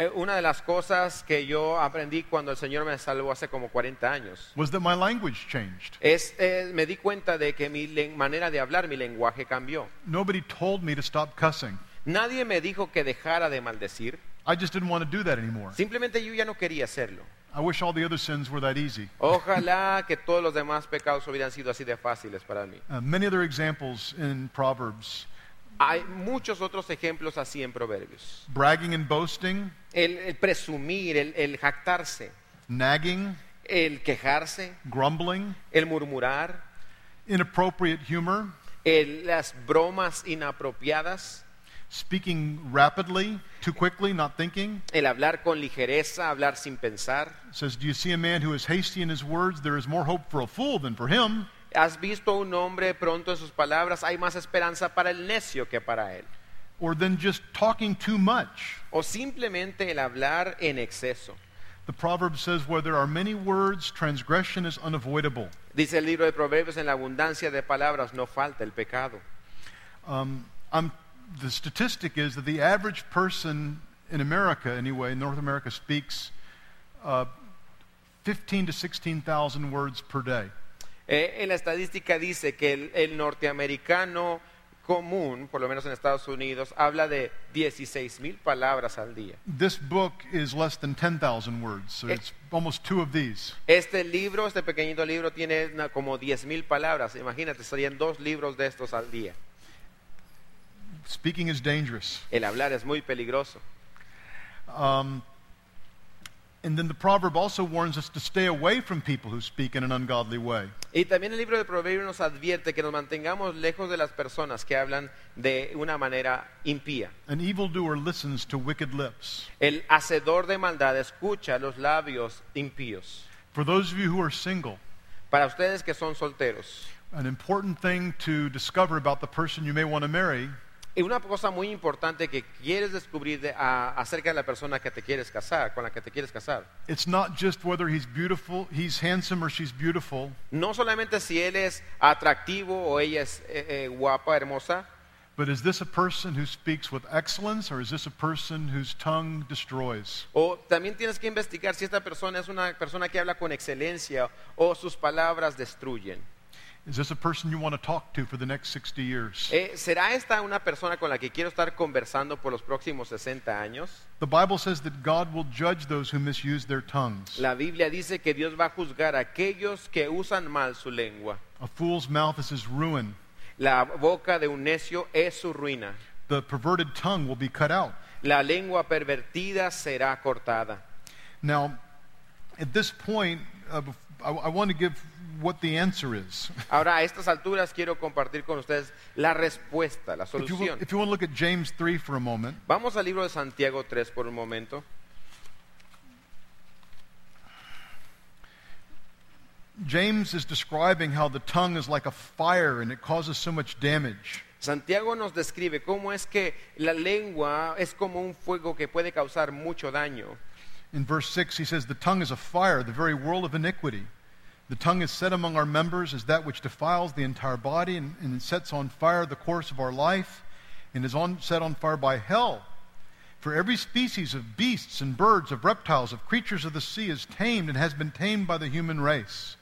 S3: Eh, una de las cosas que yo aprendí cuando el Señor me salvó hace como 40 años
S4: was that my language changed.
S3: es, eh, me di cuenta de que mi len- manera de hablar, mi lenguaje cambió.
S4: Nobody told me to stop cussing.
S3: Nadie me dijo que dejara de maldecir,
S4: I just didn't want to do that anymore.
S3: simplemente yo ya no quería hacerlo.
S4: I wish all the other sins were that easy.
S3: Ojalá que todos los demás pecados hubieran sido así de fáciles para mí.
S4: Uh, many other examples in Proverbs
S3: Hay muchos otros ejemplos así en Proverbios.
S4: bragging and boasting,
S3: El, el presumir, el, el jactarse,
S4: nagging,
S3: el quejarse,
S4: grumbling,
S3: el murmurar,
S4: inappropriate humor.
S3: el- las bromas inapropiadas.
S4: Speaking rapidly, too quickly, not thinking.
S3: el hablar con ligereza, hablar sin pensar.
S4: It says, Do you see a man who is hasty in his words? There is more hope for a fool than for him.
S3: ¿Has visto un hombre pronto en sus palabras? Hay más esperanza para el necio que para él.
S4: Or than just talking too much.
S3: O simplemente el hablar en exceso.
S4: The proverb says, Where there are many words, transgression is unavoidable.
S3: Dice el libro de Proverbios, en la abundancia de palabras no falta el pecado.
S4: Um, I'm, the statistic is that the average person in America, anyway, in North America, speaks uh, 15 to 16,000 words per day.
S3: Eh, en la estadística dice que el, el norteamericano común, por lo menos en Estados Unidos, habla de 16 mil palabras al día.
S4: This book is less than 10,000 words, so
S3: Eh.
S4: it's almost two of these.
S3: Este libro, este pequeñito libro, tiene una- como 10 mil palabras. Imagínate, serían dos libros de estos al día.
S4: Speaking is dangerous.
S3: El hablar es muy peligroso.
S4: Um, and then the proverb also warns us to stay away from people who speak in an ungodly way.
S3: Y también el libro de Proverbios nos advierte que nos mantengamos lejos de las personas que hablan de una manera impía.
S4: An evildoer listens to wicked lips.
S3: El hacedor de maldad escucha los labios impíos.
S4: For those of you who are single,
S3: Para ustedes que son solteros,
S4: an important thing to discover about the person you may want to marry
S3: y una cosa muy importante que quieres descubrir de- a- acerca de la persona que te quieres casar, con la que te quieres casar,
S4: it's not just whether he's beautiful, he's handsome, or she's beautiful,
S3: no solamente si él es atractivo o ella es eh, eh, guapa, hermosa,
S4: but is this a person who speaks with excellence or is this a person whose tongue destroys?
S3: o también tienes que investigar si esta persona es una persona que habla con excelencia o sus palabras destruyen.
S4: Is this a person you want to talk to for the next 60 years?
S3: Eh, ¿Será esta una persona con la que quiero estar conversando por los próximos 60 años?
S4: The Bible says that God will judge those who misuse their tongues.
S3: La Biblia dice que Dios va a juzgar a aquellos que usan mal su lengua.
S4: A fool's mouth is his ruin.
S3: La boca de un necio es su ruina.
S4: The perverted tongue will be cut out.
S3: La lengua pervertida será cortada.
S4: Now, at this point, uh, bef- I, I want to give what the answer is. [laughs]
S3: Ahora, a estas alturas quiero compartir con ustedes la respuesta, la
S4: If you, wa-
S3: solución.
S4: if you want to look at James 3 for a moment,
S3: Vamos al libro de Santiago 3 por un momento.
S4: James is describing how the tongue is like a fire and it causes so much damage.
S3: Santiago nos describe cómo es que la lengua es como un fuego que puede causar mucho daño.
S4: In verse 6, he says, The tongue is a fire, the very world of iniquity. The tongue is set among our members as that which defiles the entire body and, and sets on fire the course of our life and is on, set on fire by hell. For every species of beasts and birds, of reptiles, of creatures of the sea is tamed and has been tamed by the human race.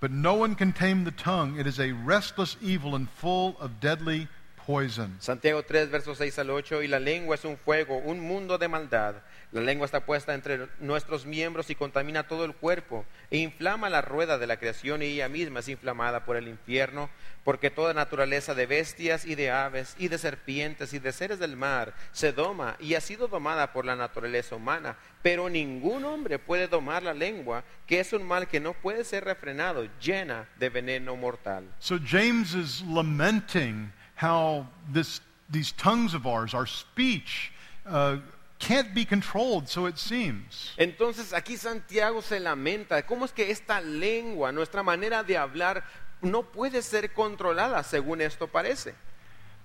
S4: But no one can tame the tongue. It is a restless evil and full of deadly poison.
S3: Santiago 3, versos 6 al 8, y la lengua es un fuego, un mundo de maldad. La lengua está puesta entre nuestros miembros y contamina todo el cuerpo, e inflama la rueda de la creación y ella misma es inflamada por el infierno, porque toda naturaleza de bestias y de aves y de serpientes y de seres del mar se doma y ha sido domada por la naturaleza humana, pero ningún hombre puede domar la lengua, que es un mal que no puede ser refrenado, llena de veneno mortal.
S4: So James is lamenting how this, these tongues of ours, our speech, uh, can't be controlled, so it seems.
S3: Entonces aquí Santiago se lamenta, ¿cómo es que esta lengua, nuestra manera de hablar, no puede ser controlada según esto parece?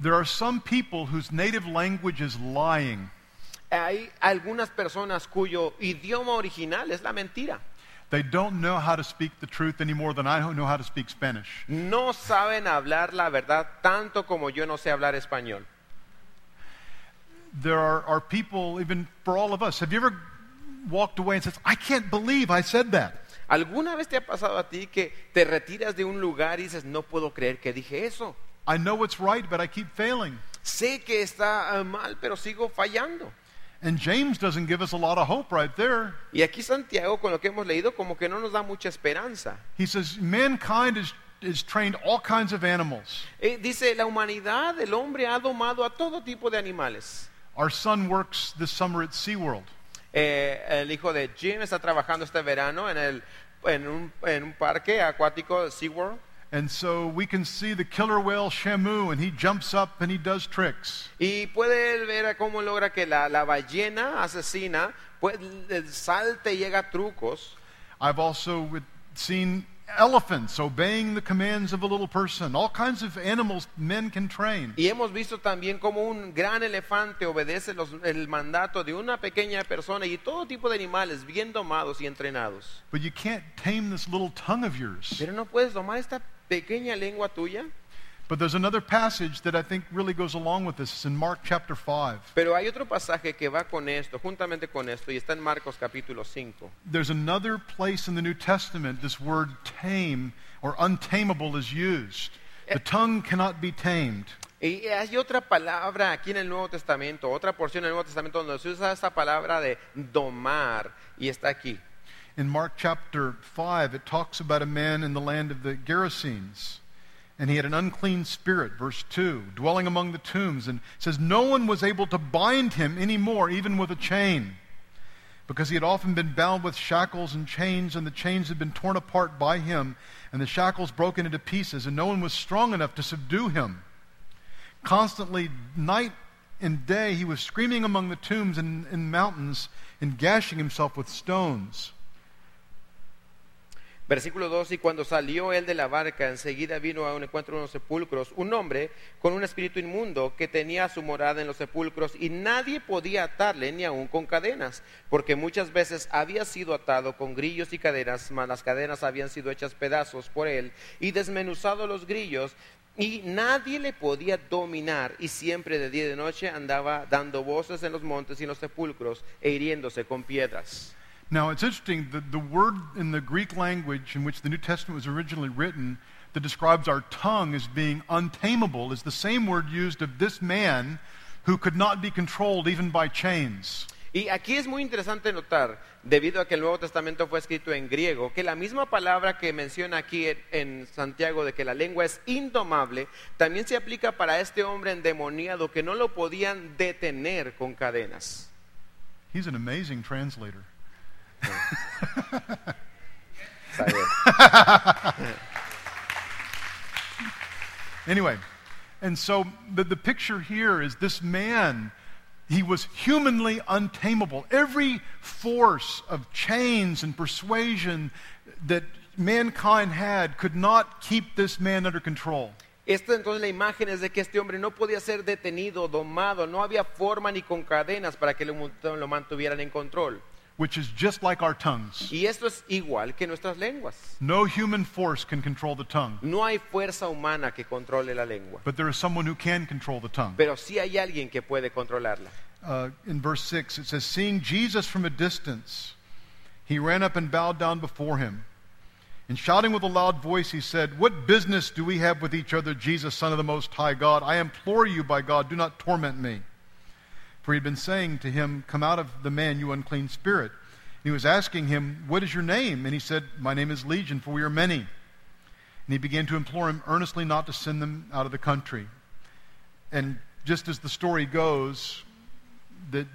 S4: There are some people whose native language is lying.
S3: Hay algunas personas cuyo idioma original es la mentira.
S4: They don't know how to speak the truth any more than I know how to speak Spanish.
S3: No saben hablar la verdad tanto como yo no sé hablar español.
S4: There are, are people, even for all of us, have you ever walked away and said, I can't believe I said that?
S3: ¿Alguna vez te ha pasado a ti que te retiras de un lugar y dices, no puedo creer que dije eso?
S4: I know it's right, but I keep failing.
S3: Sé que está eh, mal, pero sigo fallando.
S4: And James doesn't give us a lot of hope right there.
S3: Y aquí Santiago, con lo que hemos leído, como que no nos da mucha esperanza.
S4: He says, Mankind is, is trained all kinds of animals.
S3: Eh, dice, la humanidad, el hombre ha domado a todo tipo de animales.
S4: Our son works this summer at SeaWorld.
S3: Eh, el hijo de Jim está trabajando este verano en, el, en, un, en un parque acuático de SeaWorld.
S4: And so we can see the killer whale Shamu, and he jumps up and he does tricks.
S3: Y puede él ver a cómo logra que la, la ballena asesina pues, l- salte y haga trucos.
S4: I've also with- seen elephants obeying the commands of a little person, all kinds of animals men can train.
S3: Y hemos visto también cómo un gran elefante obedece los- el mandato de una pequeña persona y todo tipo de animales bien domados y entrenados.
S4: But you can't tame this little tongue of yours.
S3: Pero no puedes domar esta pequeña lengua tuya.
S4: But there's another passage that I think really goes along with this. It's in Mark chapter 5.
S3: Pero hay otro pasaje que va con esto, juntamente con esto, y está en Marcos capítulo 5.
S4: There's another place in the New Testament this word tame or untamable is used. The tongue cannot be tamed.
S3: Y hay otra palabra aquí en el Nuevo Testamento, otra porción del Nuevo Testamento donde se usa esta palabra de domar y está aquí.
S4: In Mark chapter 5, it talks about a man in the land of the Gerasenes, and he had an unclean spirit, verse 2, dwelling among the tombs, and it says, No one was able to bind him any more, even with a chain, because he had often been bound with shackles and chains, and the chains had been torn apart by him, and the shackles broken into pieces, and no one was strong enough to subdue him. Constantly, night and day, he was screaming among the tombs and, and mountains, and gashing himself with stones.
S3: Versículo 2, y cuando salió él de la barca, enseguida vino a un encuentro de unos sepulcros, un hombre con un espíritu inmundo que tenía su morada en los sepulcros y nadie podía atarle ni aun con cadenas, porque muchas veces había sido atado con grillos y cadenas, mas las cadenas habían sido hechas pedazos por él y desmenuzado los grillos y nadie le podía dominar y siempre de día y de noche andaba dando voces en los montes y en los sepulcros e hiriéndose con piedras.
S4: Now, it's interesting that the word in the Greek language in which the New Testament was originally written that describes our tongue as being untamable is the same word used of this man who could not be controlled even by chains.
S3: Y aquí es muy interesante notar, debido a que el Nuevo Testamento fue escrito en griego, que la misma palabra que menciona aquí en, en Santiago de que la lengua es indomable, también se aplica para este hombre endemoniado que no lo podían detener con cadenas.
S4: He's an amazing translator.
S3: Está bien.
S4: Anyway, and so the, the picture here is this man, he was humanly untamable. Every force of chains and persuasion that mankind had could not keep this man under control.
S3: Esta entonces la imagen es de que este hombre no podía ser detenido, domado, no había forma ni con cadenas para que lo, mont- lo mantuvieran en control.
S4: which is just like our tongues.
S3: Y esto es igual que nuestras lenguas.
S4: No human force can control the tongue,
S3: No hay fuerza humana que controle la lengua.
S4: but there is someone who can control the tongue.
S3: pero sí hay alguien que puede controlarla.
S4: Uh, in verse 6, it says, Seeing Jesus from a distance, he ran up and bowed down before him. And shouting with a loud voice, he said, What business do we have with each other, Jesus, Son of the Most High God? I implore you, by God, do not torment me. For he had been saying to him, Come out of the man, you unclean spirit. And he was asking him, What is your name? And he said, My name is Legion, for we are many. And he began to implore him earnestly not to send them out of the country. And just as the story goes, that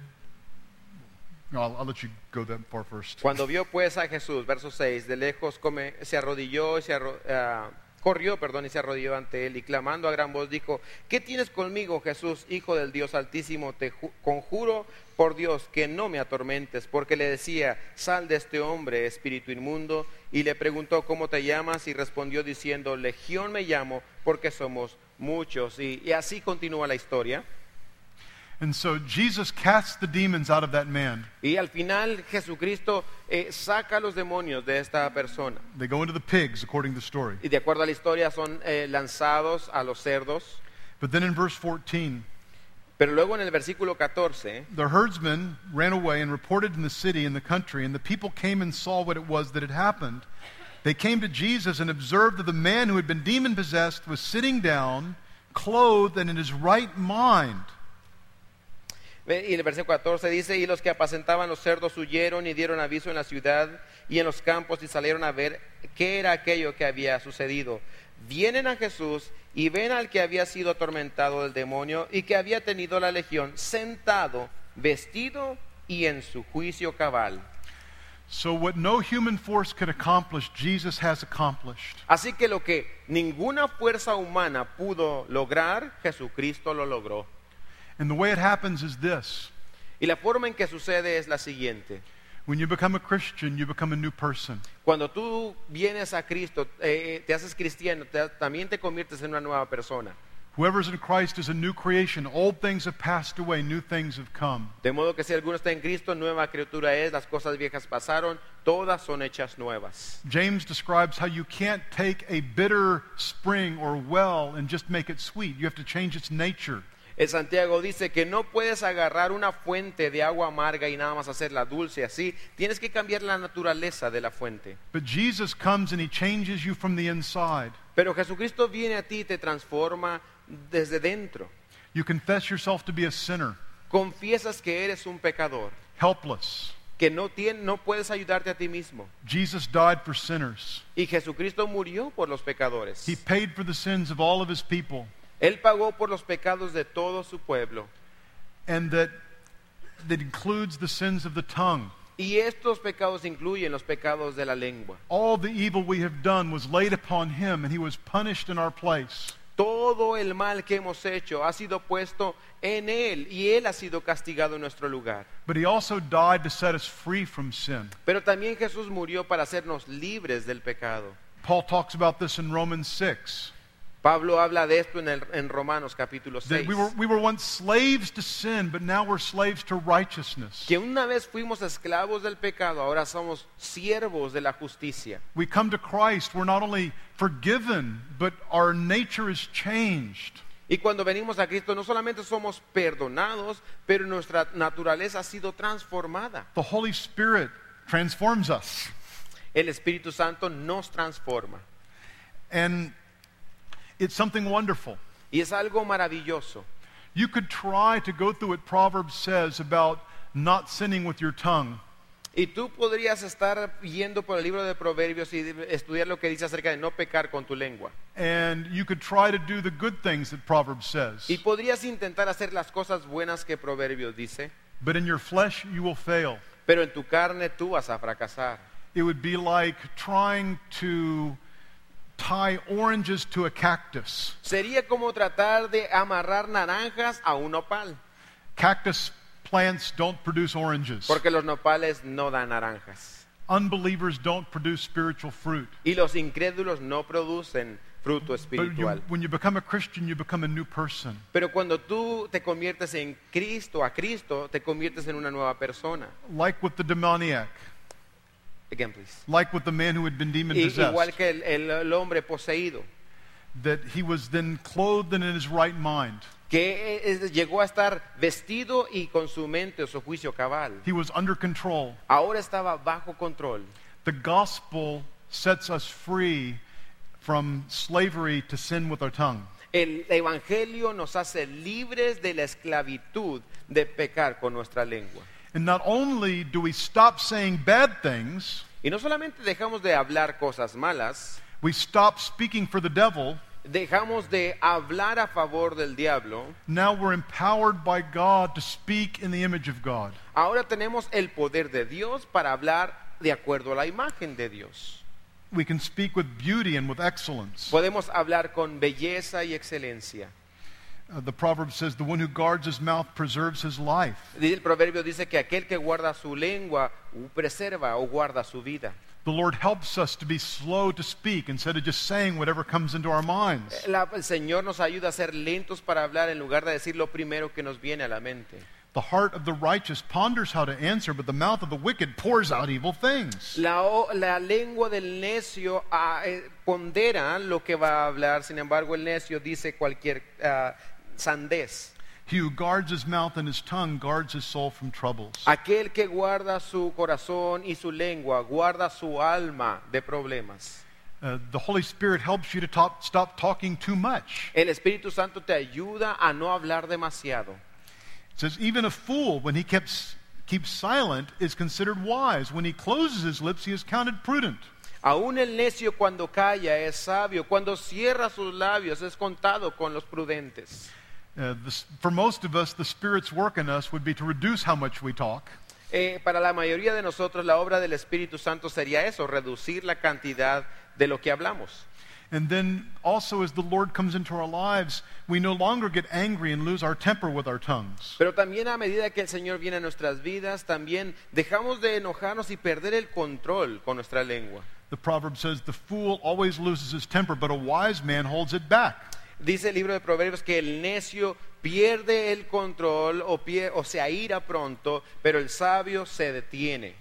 S4: no, I'll, I'll let you go that far first.
S3: Cuando vio pues a Jesús, verso 6, de lejos come- se arrodilló y se arro- ah, corrió, perdón, y se arrodilló ante él y clamando a gran voz dijo, ¿qué tienes conmigo, Jesús, hijo del Dios altísimo? Te ju- conjuro por Dios que no me atormentes, porque le decía, sal de este hombre, espíritu inmundo, y le preguntó, ¿cómo te llamas? Y respondió diciendo, Legión me llamo, porque somos muchos. Y- y así continúa la historia.
S4: And so Jesus casts the demons out of that man.
S3: Y al final Jesucristo eh, saca a los demonios de esta persona.
S4: They go into the pigs, according to the story.
S3: Y de acuerdo a la historia son eh, lanzados a los cerdos.
S4: But then in verse 14,
S3: Pero luego en el versículo 14,
S4: the herdsman ran away and reported in the city and the country, and the people came and saw what it was that had happened. They came to Jesus and observed that the man who had been demon possessed was sitting down, clothed, and in his right mind.
S3: ve- y en el versículo 14 dice, y los que apacentaban los cerdos huyeron y dieron aviso en la ciudad y en los campos y salieron a ver qué era aquello que había sucedido. Vienen a Jesús y ven al que había sido atormentado del demonio y que había tenido la legión sentado, vestido y en su juicio cabal.
S4: So, what no human force could accomplish, Jesus has accomplished.
S3: Así que lo que ninguna fuerza humana pudo lograr, Jesucristo lo logró.
S4: And the way it happens is this
S3: Y la forma en que sucede es la siguiente.
S4: when you become a Christian, you become a new person.
S3: Cuando tú vienes a Cristo, eh, te haces cristiano, te- también te conviertes en una nueva persona.
S4: Whoever's in Christ is a new creation. Old things have passed away, new things have come.
S3: De modo que si alguno está en Cristo, nueva criatura es, las cosas viejas pasaron, todas son hechas nuevas.
S4: James describes how you can't take a bitter spring or well and just make it sweet. You have to change its nature.
S3: El Santiago dice que no puedes agarrar una fuente de agua amarga y nada más hacerla dulce así. Tienes que cambiar la naturaleza de la fuente.
S4: But Jesus comes and he changes you from the inside.
S3: Pero Jesucristo viene a ti y te transforma desde dentro.
S4: You confess yourself to be a sinner,
S3: Confiesas que eres un pecador,
S4: helpless.
S3: que no, tien- no puedes ayudarte a ti mismo.
S4: Jesus died for sinners.
S3: Y Jesucristo murió por los pecadores.
S4: He paid for the sins of all of his people,
S3: Él pagó por los pecados de todo su pueblo.
S4: and that that includes the sins of the tongue.
S3: Y estos pecados incluyen los pecados de la lengua.
S4: All the evil we have done was laid upon him, and he was punished in our place.
S3: Todo el mal que hemos hecho ha sido puesto en Él y Él ha sido castigado en nuestro lugar.
S4: But he also died to set us free from sin.
S3: Pero también Jesús murió para hacernos libres del pecado.
S4: Paul talks about this in Romans 6.
S3: Pablo habla de esto en, el- en Romanos capítulo
S4: That
S3: 6.
S4: we were, we were once slaves to sin, but now we're slaves to righteousness.
S3: Que una vez fuimos esclavos del pecado, ahora somos siervos de la justicia.
S4: We come to Christ, we're not only forgiven, but our nature is changed.
S3: Y cuando venimos a Cristo no solamente somos perdonados, pero nuestra naturaleza ha sido transformada.
S4: The Holy Spirit transforms us.
S3: El Espíritu Santo nos transforma.
S4: And it's something wonderful.
S3: Y es algo maravilloso.
S4: You could try to go through what Proverbs says about not sinning with your tongue,
S3: Y tú podrías estar yendo por el libro de Proverbios y estudiar lo que dice acerca de no pecar con tu lengua.
S4: and you could try to do the good things that Proverbs says,
S3: Y podrías intentar hacer las cosas buenas que Proverbios dice,
S4: but in your flesh you will fail.
S3: pero en tu carne tú vas a fracasar.
S4: It would be like trying to tie oranges to a cactus.
S3: Sería como tratar de amarrar naranjas a un nopal,
S4: Cactus plants don't produce oranges,
S3: porque los nopales no dan naranjas.
S4: unbelievers don't produce spiritual fruit.
S3: Y los incrédulos no producen fruto
S4: But you,
S3: espiritual.
S4: when you become a Christian, you become a new person.
S3: Pero cuando tú te conviertes en Cristo, a Cristo, te conviertes en una nueva persona.
S4: Like with the demoniac,
S3: Again, please.
S4: like with the man who had been demon
S3: Y-
S4: possessed.
S3: igual que el- el- el hombre poseído.
S4: that he was then clothed and in his right mind.
S3: que eh, llegó a estar vestido y con su mente o su juicio cabal.
S4: He was under control.
S3: Ahora estaba bajo control.
S4: The gospel sets us free from slavery to sin with our tongue.
S3: El Evangelio nos hace libres de la esclavitud de pecar con nuestra lengua.
S4: And not only do we stop saying bad things,
S3: Y no solamente dejamos de hablar cosas malas,
S4: we stop speaking for the devil.
S3: dejamos de hablar a favor del diablo,
S4: Now we're empowered by God to speak in the image of God.
S3: ahora tenemos el poder de Dios para hablar de acuerdo a la imagen de Dios.
S4: We can speak with beauty and with excellence.
S3: Podemos hablar con belleza y excelencia.
S4: Uh, the proverb says, The one who guards his mouth preserves his life.
S3: Dice El proverbio dice que aquel que guarda su lengua preserva o guarda su vida.
S4: The Lord helps us to be slow to speak instead of just saying whatever comes into our minds.
S3: Eh, La- el Señor nos ayuda a ser lentos para hablar en lugar de decir lo primero que nos viene a la mente.
S4: The heart of the righteous ponders how to answer, but the mouth of the wicked pours out evil things.
S3: La, o- la lengua del necio ah, eh, pondera lo que va a hablar, sin embargo el necio dice cualquier ah, sandez.
S4: He who guards his mouth and his tongue guards his soul from troubles.
S3: Aquel que guarda su corazón y su lengua guarda su alma de problemas.
S4: Uh, the Holy Spirit helps you to top, stop talking too much.
S3: El Espíritu Santo te ayuda a no hablar demasiado.
S4: It says, even a fool, when he keeps, keeps silent, is considered wise. When he closes his lips, he is counted prudent.
S3: Aún el necio cuando calla es sabio, cuando cierra sus labios es contado con los prudentes.
S4: Uh, this, for most of us, the Spirit's work in us would be to reduce how much we talk,
S3: Eh, para la mayoría de nosotros la obra del Espíritu Santo sería eso, reducir la cantidad de lo que hablamos.
S4: And then also, as the Lord comes into our lives, we no longer get angry and lose our temper with our tongues.
S3: Pero también a medida que el Señor viene a nuestras vidas, también dejamos de enojarnos y perder el control con nuestra lengua.
S4: The proverb says, The fool always loses his temper, but a wise man holds it back.
S3: Dice el libro de Proverbios que el necio pierde el control o, pie- o se aira pronto, pero el sabio se detiene.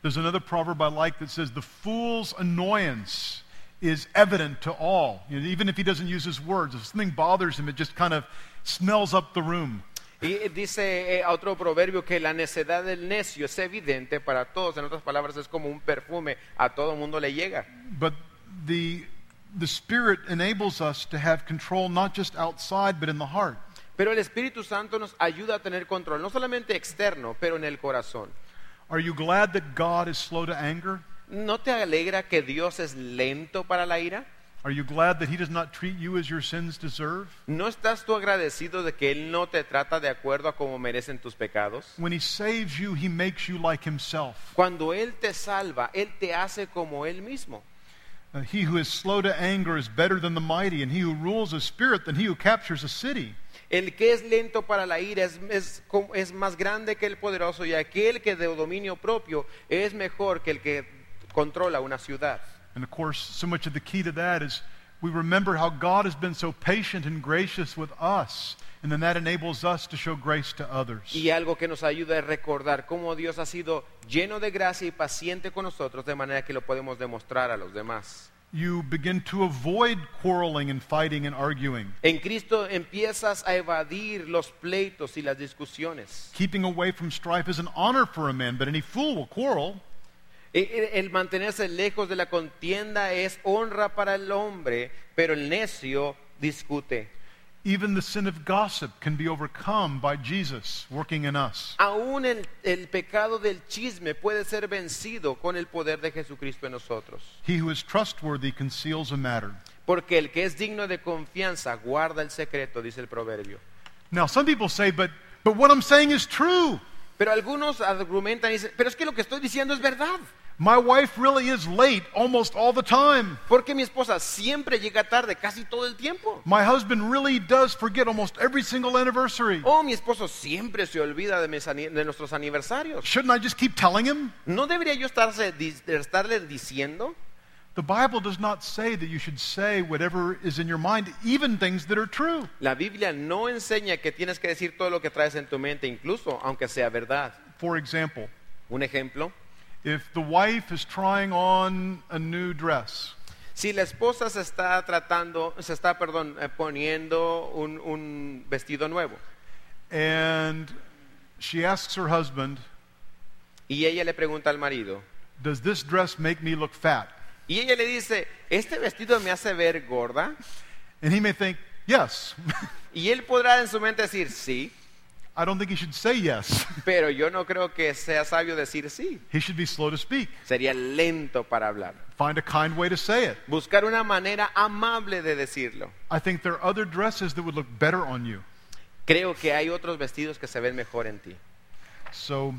S4: There's another proverb I like that says, The fool's annoyance is evident to all. You know, even if he doesn't use his words, if something bothers him, it just kind of smells up the room.
S3: Y eh, dice eh, otro proverbio que la necedad del necio es evidente para todos. En otras palabras, es como un perfume, a todo mundo le llega.
S4: But the, the Spirit enables us to have control not just outside, but in the heart.
S3: Pero el Espíritu Santo nos ayuda a tener control, no solamente externo, pero en el corazón.
S4: Are you glad that God is slow to anger?
S3: ¿No te alegra que Dios es lento para la ira?
S4: Are you glad that He does not treat you as your sins deserve?
S3: ¿No estás tú agradecido de que Él no te trata de acuerdo a como merecen tus pecados?
S4: When He saves you, He makes you like Himself.
S3: Cuando Él te salva, Él te hace como Él mismo.
S4: Uh, he who is slow to anger is better than the mighty, and he who rules a spirit than he who captures a city.
S3: El que es lento para la ira es, es como- es más grande que el poderoso y aquel que de dominio propio es mejor que el que controla una ciudad.
S4: And of course, so much of the key to that is we remember how God has been so patient and gracious with us, and then that enables us to show grace to others.
S3: Y algo que nos ayuda es recordar cómo Dios ha sido lleno de gracia y paciente con nosotros de manera que lo podemos demostrar a los demás.
S4: You begin to avoid quarreling and fighting and arguing,
S3: En Cristo empiezas a evadir los pleitos y las discusiones.
S4: keeping away from strife is an honor for a man, but any fool will quarrel.
S3: E- e- El mantenerse lejos de la contienda es honra para el hombre, pero el necio discute.
S4: Even the sin of gossip can be overcome by Jesus working in us.
S3: Aún el, el pecado del chisme puede ser vencido con el poder de Jesucristo en nosotros.
S4: He who is trustworthy conceals a matter.
S3: Porque el que es digno de confianza guarda el secreto, dice el proverbio.
S4: Now, some people say, but, but what I'm saying is true.
S3: Pero algunos argumentan y dicen, pero es que lo que estoy diciendo es verdad.
S4: My wife really is late almost all the time.
S3: Porque mi esposa siempre llega tarde, casi todo el tiempo.
S4: My husband really does forget almost every single anniversary.
S3: Oh, mi esposo siempre se olvida de, mis ani- de nuestros aniversarios.
S4: Shouldn't I just keep telling him?
S3: ¿No debería yo estarse di- estarle diciendo?
S4: The Bible does not say that you should say whatever is in your mind, even things that are true.
S3: La Biblia no enseña que tienes que decir todo lo que traes en tu mente, incluso aunque sea verdad.
S4: For example,
S3: Un ejemplo,
S4: if the wife is trying on a new dress,
S3: si la esposa se está tratando, se está, perdón, eh, poniendo un, un vestido nuevo
S4: and she asks her husband,
S3: y ella le pregunta al marido
S4: Does this dress make me look fat?
S3: y ella le dice, ¿este vestido me hace ver gorda?
S4: And he may think, Yes. [laughs]
S3: Y él podrá en su mente decir sí,
S4: I don't think he should say yes. [laughs]
S3: pero yo no creo que sea sabio decir sí.
S4: He should be slow to speak.
S3: Sería lento para hablar.
S4: Find a kind way to say it.
S3: Buscar una manera amable de decirlo.
S4: I think there are other dresses that would look better on you.
S3: Creo que hay otros vestidos que se ven mejor en ti.
S4: So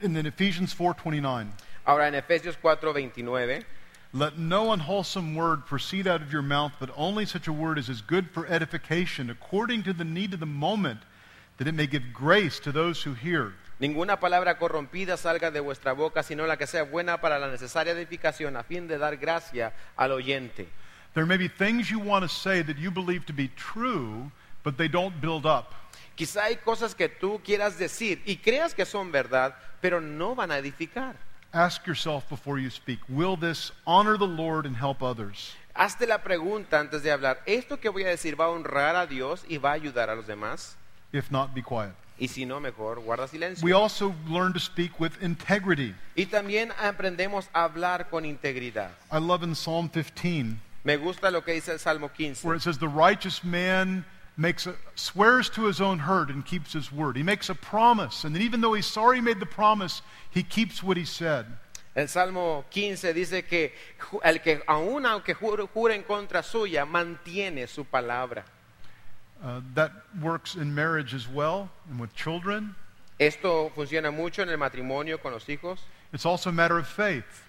S4: and then Ephesians 4:29,
S3: Ahora en Efesios 4:29,
S4: let no unwholesome word proceed out of your mouth, but only such a word as is good for edification according to the need of the moment, that it may give grace to those who hear.
S3: ninguna palabra corrompida salga de vuestra boca, sino la que sea buena para la necesaria edificación a fin de dar gracia al oyente.
S4: There may be things you want to say that you believe to be true, but they don't build up.
S3: Quizá hay cosas que tú quieras decir y creas que son verdad, pero no van a edificar.
S4: Ask yourself before you speak, will this honor the Lord and help others?
S3: Hazte la pregunta antes de hablar, ¿esto que voy a decir va a honrar a Dios y va a ayudar a los demás?
S4: If not, be quiet.
S3: Y si no, mejor guarda silencio.
S4: We also learn to speak with integrity.
S3: Y también aprendemos a hablar con integridad.
S4: I love in Psalm 15
S3: Me gusta lo que dice el Salmo 15.
S4: where it says, "The righteous man makes a, swears to his own hurt and keeps his word. He makes a promise, and then even though he's sorry he made the promise, he keeps what he said."
S3: El Salmo 15 dice que ju- el que aún aunque jure, jure en contra suya, mantiene su palabra.
S4: Uh, that works in marriage as well, and with children.
S3: Esto funciona mucho en el matrimonio con los hijos,
S4: It's also a matter of faith.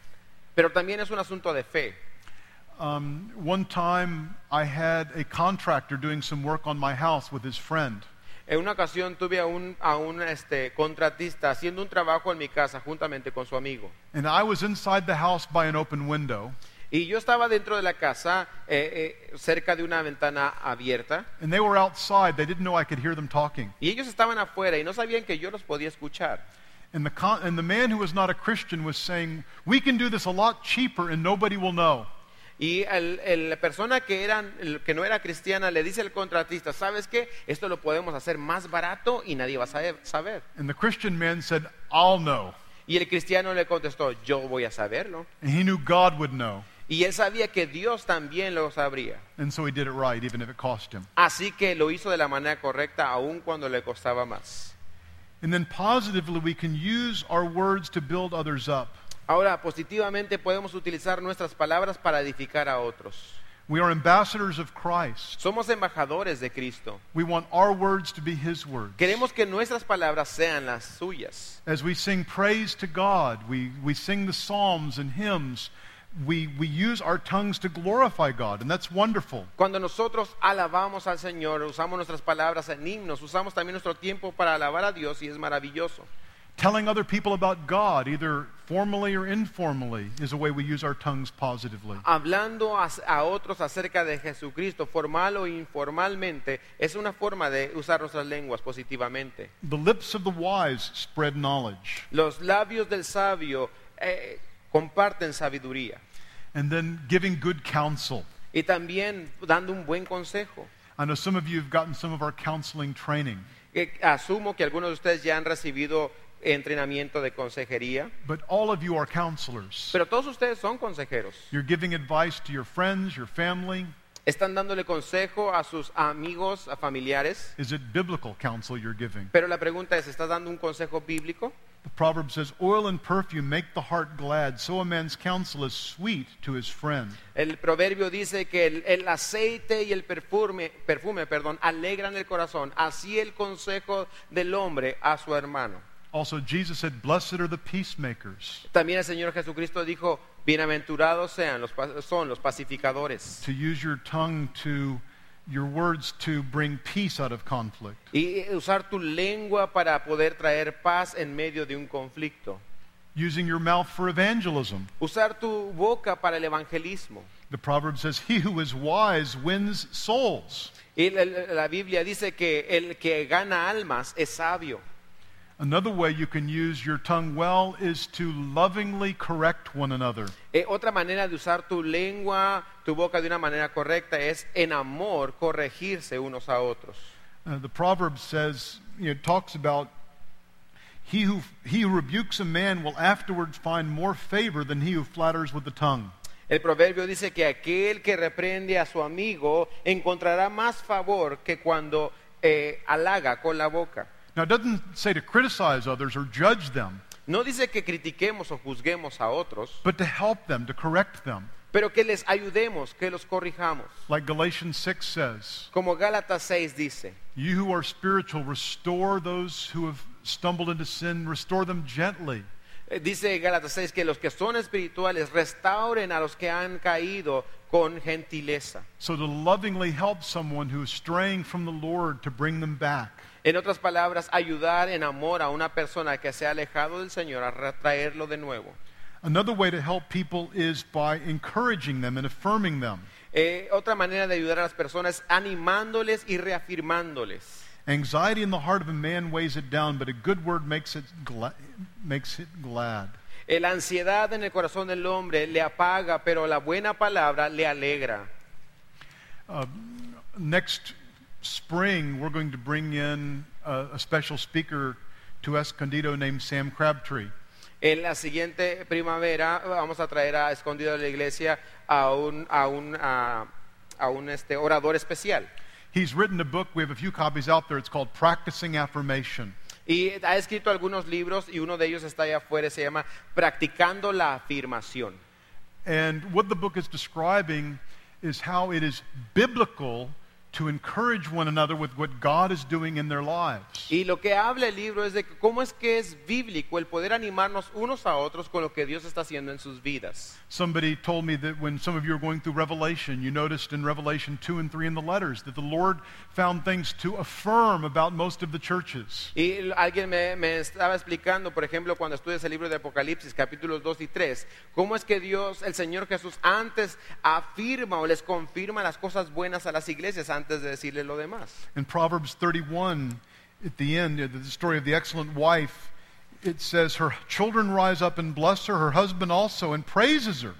S3: pero también es un asunto de fe.
S4: Um, one time I had a contractor doing some work on my house with his friend.
S3: En una ocasión tuve a un, a un este, contratista haciendo un trabajo en mi casa juntamente con su amigo.
S4: And I was inside the house by an open window.
S3: Y yo estaba dentro de la casa, eh, eh, cerca de una ventana abierta,
S4: And they were outside. They didn't know I could hear them talking.
S3: y ellos estaban afuera y no sabían que yo los podía escuchar.
S4: And the, con- and the man who was not a Christian was saying, We can do this a lot cheaper and nobody will know.
S3: Y el, el- la persona que, eran, el que no era cristiana le dice al contratista, ¿sabes qué? Esto lo podemos hacer más barato y nadie va a sabe- saber.
S4: And the Christian man said, I'll know.
S3: Y el cristiano le contestó, yo voy a saberlo.
S4: And he knew God would know.
S3: Y él sabía que Dios también lo sabría.
S4: And so he did it right, even if it cost him.
S3: Así que lo hizo de la manera correcta, aun cuando le costaba más.
S4: And then positively, we can use our words to build others up.
S3: Ahora, positivamente podemos utilizar nuestras palabras para edificar a otros.
S4: We are ambassadors of Christ.
S3: Somos embajadores de Cristo.
S4: We want our words to be his words.
S3: Queremos que nuestras palabras sean las suyas.
S4: As we sing praise to God, we, we sing the psalms and hymns, we, we use our tongues to glorify God, and that's wonderful.
S3: Cuando nosotros alabamos al Señor, usamos nuestras palabras en himnos, usamos también nuestro tiempo para alabar a Dios y es maravilloso.
S4: Telling other people about God, either formally or informally, is a way we use our tongues positively.
S3: Hablando a, a otros acerca de Jesucristo, formal o informalmente, es una forma de usar nuestras lenguas positivamente.
S4: The lips of the wise spread knowledge.
S3: Los labios del sabio eh, comparten sabiduría
S4: And then giving good counsel.
S3: y también dando un buen consejo.
S4: I know some of you have gotten some of our counseling training,
S3: que Eh, asumo que algunos de ustedes ya han recibido entrenamiento de consejería,
S4: but all of you are counselors.
S3: pero todos ustedes son consejeros.
S4: You're giving advice to your friends, your family.
S3: Están dándole consejo a sus amigos, a familiares,
S4: Is it biblical counsel you're giving?
S3: pero la pregunta es, ¿estás dando un consejo bíblico?
S4: The proverb says, Oil and perfume make the heart glad, so a man's counsel is sweet to his friend.
S3: El proverbio dice que el, el aceite y el perfume, perfume perdón, alegran el corazón, así el consejo del hombre a su hermano.
S4: Also, Jesus said, Blessed are the peacemakers.
S3: También el Señor Jesucristo dijo, bienaventurados sean los, pa- son los pacificadores.
S4: To use your tongue to, your words to bring peace out of conflict.
S3: Y usar tu lengua para poder traer paz en medio de un conflicto.
S4: Using your mouth for evangelism.
S3: Usar tu boca para el evangelismo.
S4: The proverb says, He who is wise wins souls.
S3: Y la, la- la Biblia dice que el que gana almas es sabio.
S4: Another way you can use your tongue well is to lovingly correct one another.
S3: Eh, otra manera de usar tu lengua, tu boca de una manera correcta es en amor corregirse unos a otros.
S4: Uh, the proverb says, you know, it talks about he who, he who rebukes a man will afterwards find more favor than he who flatters with the tongue.
S3: El proverbio dice que aquel que reprende a su amigo encontrará más favor que cuando eh, halaga con la boca.
S4: Now, it doesn't say to criticize others or judge them,
S3: No dice que critiquemos o juzguemos a otros,
S4: but to help them, to correct them.
S3: pero que les ayudemos, que los corrijamos.
S4: Like Galatians 6 says,
S3: Como Gálatas 6 dice,
S4: You who are spiritual, restore those who have stumbled into sin, restore them gently.
S3: eh, dice Gálatas 6 que los que son espirituales restauren a los que han caído con gentileza.
S4: So, to lovingly help someone who is straying from the Lord to bring them back.
S3: En otras palabras, ayudar en amor a una persona que se ha alejado del Señor a retraerlo de nuevo.
S4: Another way to help people is by encouraging them and affirming them.
S3: Eh, otra manera de ayudar a las personas es animándoles y reafirmándoles.
S4: Anxiety in the heart of a man weighs it down, but a good word makes it, gla- makes it glad.
S3: Eh, La ansiedad en el corazón del hombre le apaga, pero la buena palabra le alegra.
S4: Next spring, we're going to bring in a, a special speaker to Escondido named Sam Crabtree.
S3: En la siguiente primavera eh, vamos a traer a escondido de la iglesia a un, a un, a, a un este, orador especial.
S4: He's written a book, we have a few copies out there. It's called Practicing Affirmation.
S3: Y ha escrito algunos libros y uno de ellos está allá afuera, se llama Practicando la afirmación.
S4: And what the book is describing is how it is biblical to encourage one another with what God is doing in their lives.
S3: Y lo que habla el libro es de que cómo es que es bíblico el poder animarnos unos a otros con lo que Dios está haciendo en sus vidas.
S4: Somebody told me that when some of you were going through Revelation, you noticed in Revelation 2 and 3 in the letters that the Lord found things to affirm about most of the churches.
S3: Y l- alguien me, me estaba explicando, por ejemplo, cuando estudias el libro de Apocalipsis, capítulos 2 y 3, cómo es que Dios, el Señor Jesús, antes afirma o les confirma las cosas buenas a las iglesias antes de decirles lo demás.
S4: In Proverbs 31, at the end, uh, the story of the excellent wife, it says, Her children rise up and bless her, her husband also, and praises her.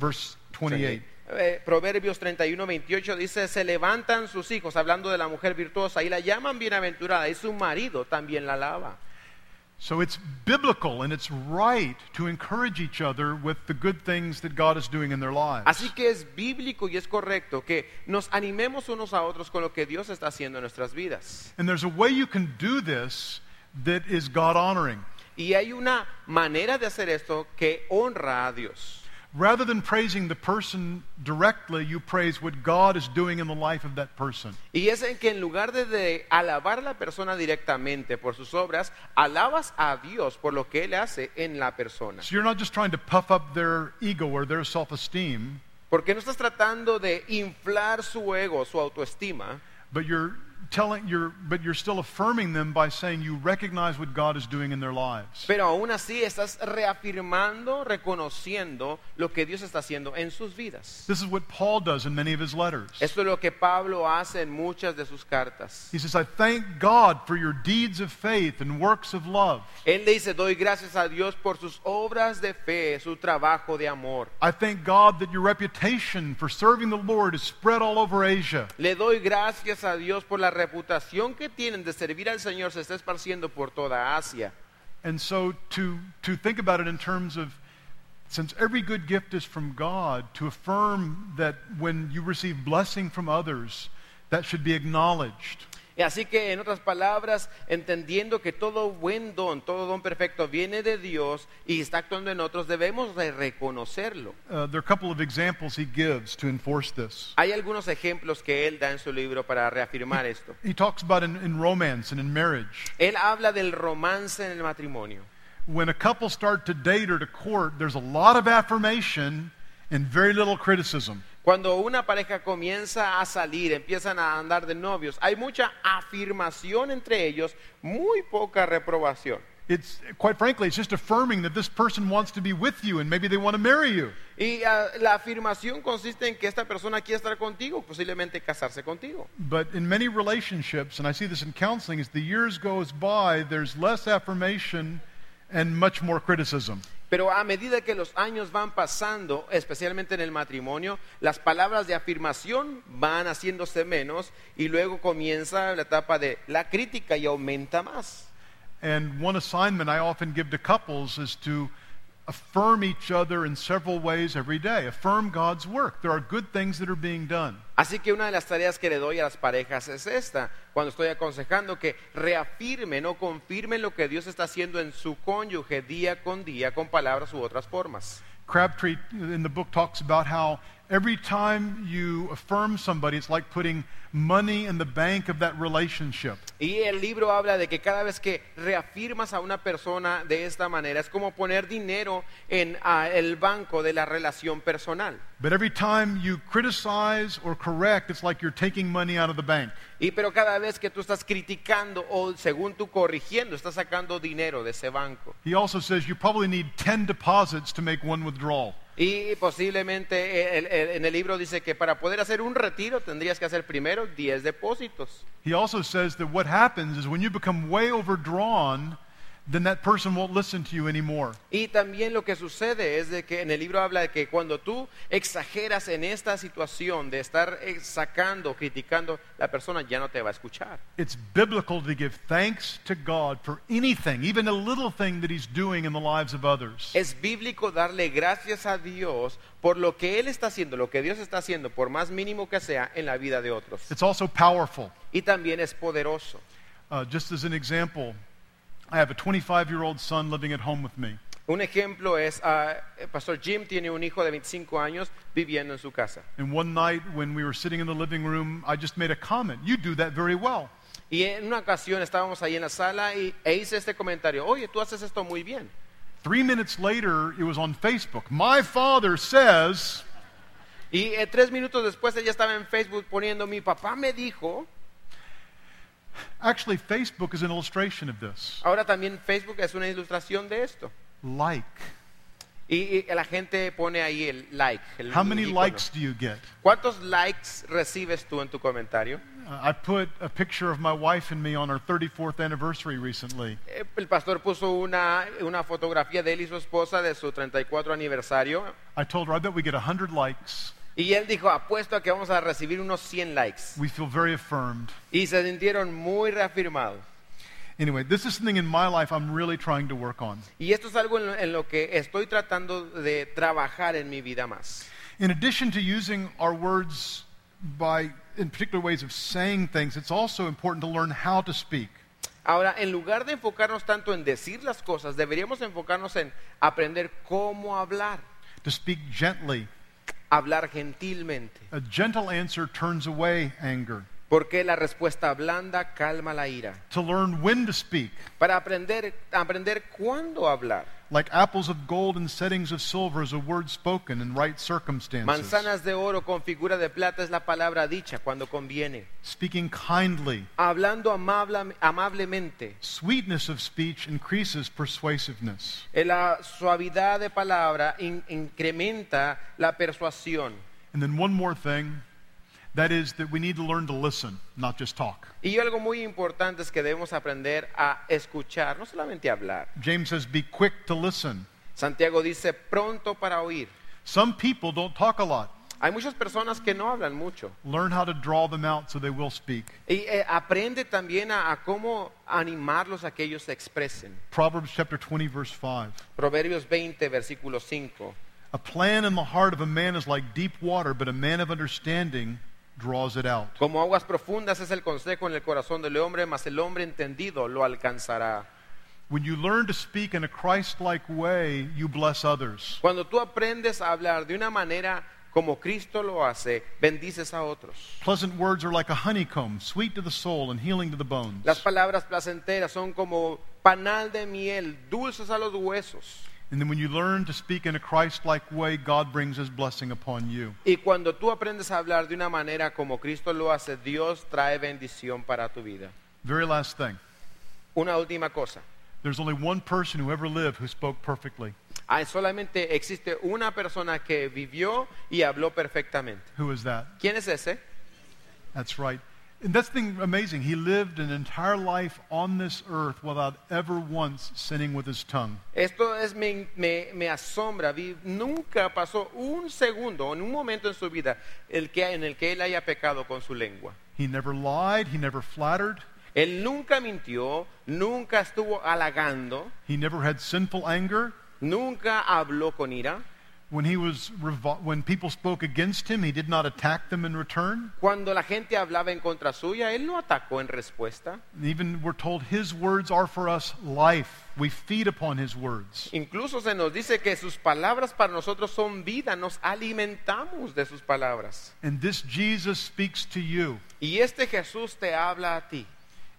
S4: Verse 28.
S3: Eh, Proverbios 31, 28 dice, se levantan sus hijos, hablando de la mujer virtuosa, y la llaman bienaventurada, y su marido también la alaba.
S4: So it's biblical and it's right to encourage each other with the good things that God is doing in their lives.
S3: Así que es bíblico y es correcto que nos animemos unos a otros con lo que Dios está haciendo en nuestras vidas.
S4: And there's a way you can do this that is God honoring.
S3: Y hay una manera de hacer esto que honra a Dios.
S4: Rather than praising the person directly, you praise what God is doing in the life of that person.
S3: Y es en que en lugar de, de alabar a la persona directamente por sus obras, alabas a Dios por lo que Él hace en la persona.
S4: So you're not just trying to puff up their ego or their self esteem,
S3: Porque no estás tratando de inflar su ego, su autoestima,
S4: but you're telling you're but you're still affirming them by saying you recognize what God is doing in their lives.
S3: pero aún así estás reafirmando, reconociendo lo que Dios está haciendo en sus vidas.
S4: This is what Paul does in many of his letters.
S3: Esto es lo que Pablo hace en muchas de sus cartas.
S4: He says, I thank God for your deeds of faith and works of love.
S3: Él le dice, doy gracias a Dios por sus obras de fe, su trabajo de amor.
S4: I thank God that your reputation for serving the Lord is spread all over Asia.
S3: Le doy gracias a Dios por la reputación que tienen de servir al Señor, se está esparciendo por toda Asia.
S4: And so to, to think about it in terms of since every good gift is from God, to affirm that when you receive blessing from others, that should be acknowledged.
S3: Y así que, en otras palabras, entendiendo que todo buen don, todo don perfecto viene de Dios y está actuando en otros, debemos de reconocerlo.
S4: Uh, there are a couple of examples he gives to enforce this.
S3: Hay algunos ejemplos que él da en su libro para reafirmar esto.
S4: He talks about in, in romance and in marriage.
S3: Él habla del romance en el matrimonio.
S4: When a couple start to date or to court, there's a lot of affirmation and very little criticism.
S3: Cuando una pareja comienza a salir, empiezan a andar de novios, hay mucha afirmación entre ellos, muy poca reprobación.
S4: It's quite frankly, it's just affirming that this person wants to be with you and maybe they want to marry you.
S3: Y ah, la afirmación consiste en que esta persona quiere estar contigo, posiblemente casarse contigo.
S4: But in many relationships, and I see this in counseling, as the years goes by, there's less affirmation and much more criticism.
S3: Pero a medida que los años van pasando, especialmente en el matrimonio, las palabras de afirmación van haciéndose menos y luego comienza la etapa de la crítica y aumenta más.
S4: And one assignment I often give to couples is to affirm each other in several ways every day. Affirm God's work. There are good things that are being done.
S3: Así que una de las tareas que le doy a las parejas es esta, cuando estoy aconsejando que reafirmen o confirmen lo que Dios está haciendo en su cónyuge día con día con palabras u otras formas.
S4: Crabtree in the book talks about how every time you affirm somebody, it's like putting money in the bank of that relationship.
S3: Y el libro habla de que cada vez que reafirmas a una persona de esta manera es como poner dinero en ah, el banco de la relación personal.
S4: But every time you criticize or correct, it's like you're taking money out of the bank.
S3: Y pero cada vez que tú estás criticando o según tú corrigiendo, estás sacando dinero de ese banco.
S4: He also says you probably need 10 deposits to make one withdrawal.
S3: Y posiblemente eh, el- el- en el libro dice que para poder hacer un retiro tendrías que hacer primero 10 depósitos.
S4: He also says that what happens is when you become way overdrawn, then that person won't listen to you anymore.
S3: Y también lo que sucede es de que en el libro habla de que cuando tú exageras en esta situación de estar eh, sacando, criticando, la persona ya no te va a escuchar.
S4: It's biblical to give thanks to God for anything, even a little thing that He's doing in the lives of others.
S3: Es bíblico darle gracias a Dios por lo que Él está haciendo, lo que Dios está haciendo, por más mínimo que sea, en la vida de otros.
S4: It's also powerful.
S3: Y también es poderoso.
S4: Uh, just as an example, I have a 25 year old son living at home with me.
S3: Un ejemplo es, ah, Pastor Jim tiene un hijo de 25 años viviendo en su casa.
S4: And one night when we were sitting in the living room, I just made a comment. You do that very well.
S3: Y en una ocasión estábamos ahí en la sala y, e hice este comentario, oye, tú haces esto muy bien.
S4: Three minutes later, it was on Facebook. My father says,
S3: Y eh, tres minutos después ella estaba en Facebook poniendo, mi papá me dijo,
S4: actually, Facebook is an illustration of this.
S3: ahora también Facebook es una ilustración de esto.
S4: Like.
S3: Y, y la gente pone ahí el like. el
S4: How many
S3: icono.
S4: likes do you get?
S3: ¿Cuántos likes recibes tú en tu comentario?
S4: Uh, I put a picture of my wife and me on our 34th anniversary recently.
S3: Eh, El pastor puso una, una fotografía de él y su esposa de su 34 aniversario
S4: I told her, I bet we get 100 likes.
S3: y él dijo, apuesto a que vamos a recibir unos 100 likes.
S4: We feel very affirmed.
S3: Y se sintieron muy reafirmados.
S4: Anyway, this is something in my life I'm really trying to work on.
S3: Y esto es algo en lo, en lo que estoy tratando de trabajar en mi vida más.
S4: In addition to using our words by in particular ways of saying things, it's also important to learn how to speak.
S3: Ahora, en lugar de enfocarnos tanto en decir las cosas, deberíamos enfocarnos en aprender cómo hablar,
S4: To speak gently.
S3: hablar gentilmente,
S4: A gentle answer turns away anger.
S3: porque la respuesta blanda calma la ira.
S4: To learn when to speak,
S3: Para aprender, aprender cuándo hablar.
S4: like apples of gold and settings of silver is a word spoken in right circumstances.
S3: Manzanas de oro con figura de plata es la palabra dicha cuando conviene.
S4: Speaking kindly.
S3: Hablando amabla- amablemente.
S4: Sweetness of speech increases persuasiveness.
S3: Eh, La suavidad de palabra in- incrementa la persuasión.
S4: And then one more thing, that is that we need to learn to listen, not just talk.
S3: Y algo muy importante es que debemos aprender a escuchar, no solamente hablar.
S4: James says, be quick to listen.
S3: Santiago dice pronto para oír.
S4: Some people don't talk a lot.
S3: Hay muchas personas que no hablan mucho.
S4: Learn how to draw them out so they will speak.
S3: Y eh, aprende también a, a cómo animarlos a que ellos se expresen.
S4: Proverbs chapter 20, verse 5.
S3: Proverbios 20, versículo 5.
S4: A plan in the heart of a man is like deep water, but a man of understanding draws it out.
S3: Como aguas profundas es el consejo en el corazón del hombre, mas el hombre entendido lo alcanzará.
S4: When you learn to speak in a Christ like way, you bless others.
S3: Cuando tú aprendes a hablar de una manera como Cristo lo hace, bendices a otros.
S4: Pleasant words are like a honeycomb, sweet to the soul and healing to the bones.
S3: Las palabras placenteras son como panal de miel, dulces a los huesos.
S4: And then when you learn to speak in a Christ like way, God brings his blessing upon you.
S3: Y cuando tú aprendes a hablar de una manera como Cristo lo hace, Dios trae bendición para tu vida.
S4: Very last thing
S3: Una última cosa.
S4: there's only one person who ever lived who spoke perfectly.
S3: Ah, solamente existe una persona que vivió y habló perfectamente.
S4: Who is that?
S3: ¿Quién es ese?
S4: That's right. And that's the thing amazing. He lived an entire life on this earth without ever once sinning with his tongue.
S3: Esto es me, me- me asombra. Vi- nunca pasó un segundo o en un momento en su vida el que, en el que él haya pecado con su lengua.
S4: He never lied, he never flattered,
S3: Él nunca mintió, nunca estuvo halagando,
S4: he never had sinful anger.
S3: nunca habló con ira.
S4: When he was revo- when people spoke against him, he did not attack them in return.
S3: Cuando la gente hablaba en contra suya, él no atacó en respuesta.
S4: And even we're told his words are for us life. We feed upon his words.
S3: Incluso se nos dice que sus palabras para nosotros son vida, nos alimentamos de sus palabras.
S4: And this Jesus speaks to you.
S3: Y este Jesús te habla a ti.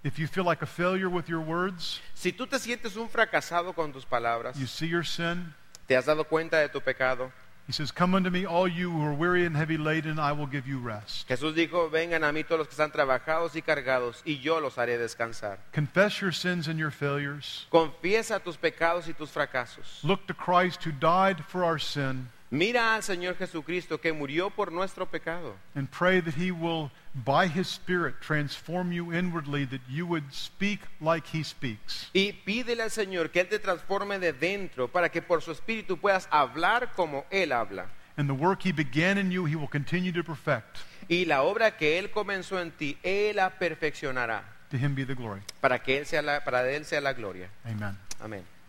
S4: If you feel like a failure with your words,
S3: Si tú te sientes un fracasado con tus palabras,
S4: you see your sin,
S3: te has dado cuenta de tu pecado,
S4: he says, Come unto me, all you who are weary and heavy laden, I will give you rest.
S3: Jesús dijo, vengan a mí todos los que están trabajados y cargados, y yo los haré descansar.
S4: Confess your sins and your failures.
S3: Confiesa tus pecados y tus fracasos.
S4: Look to Christ who died for our sin
S3: Mira al Señor Jesucristo que murió por nuestro pecado
S4: and pray that he will, by his Spirit, transform you inwardly that you would speak like he speaks.
S3: y pídele al Señor que Él te transforme de dentro para que por su espíritu puedas hablar como Él habla.
S4: And the work he began in you, he will continue to perfect.
S3: Y la obra que Él comenzó en ti, Él la perfeccionará
S4: To him be the glory.
S3: para que Él sea la, para Él sea la gloria.
S4: Amen.
S3: Amén.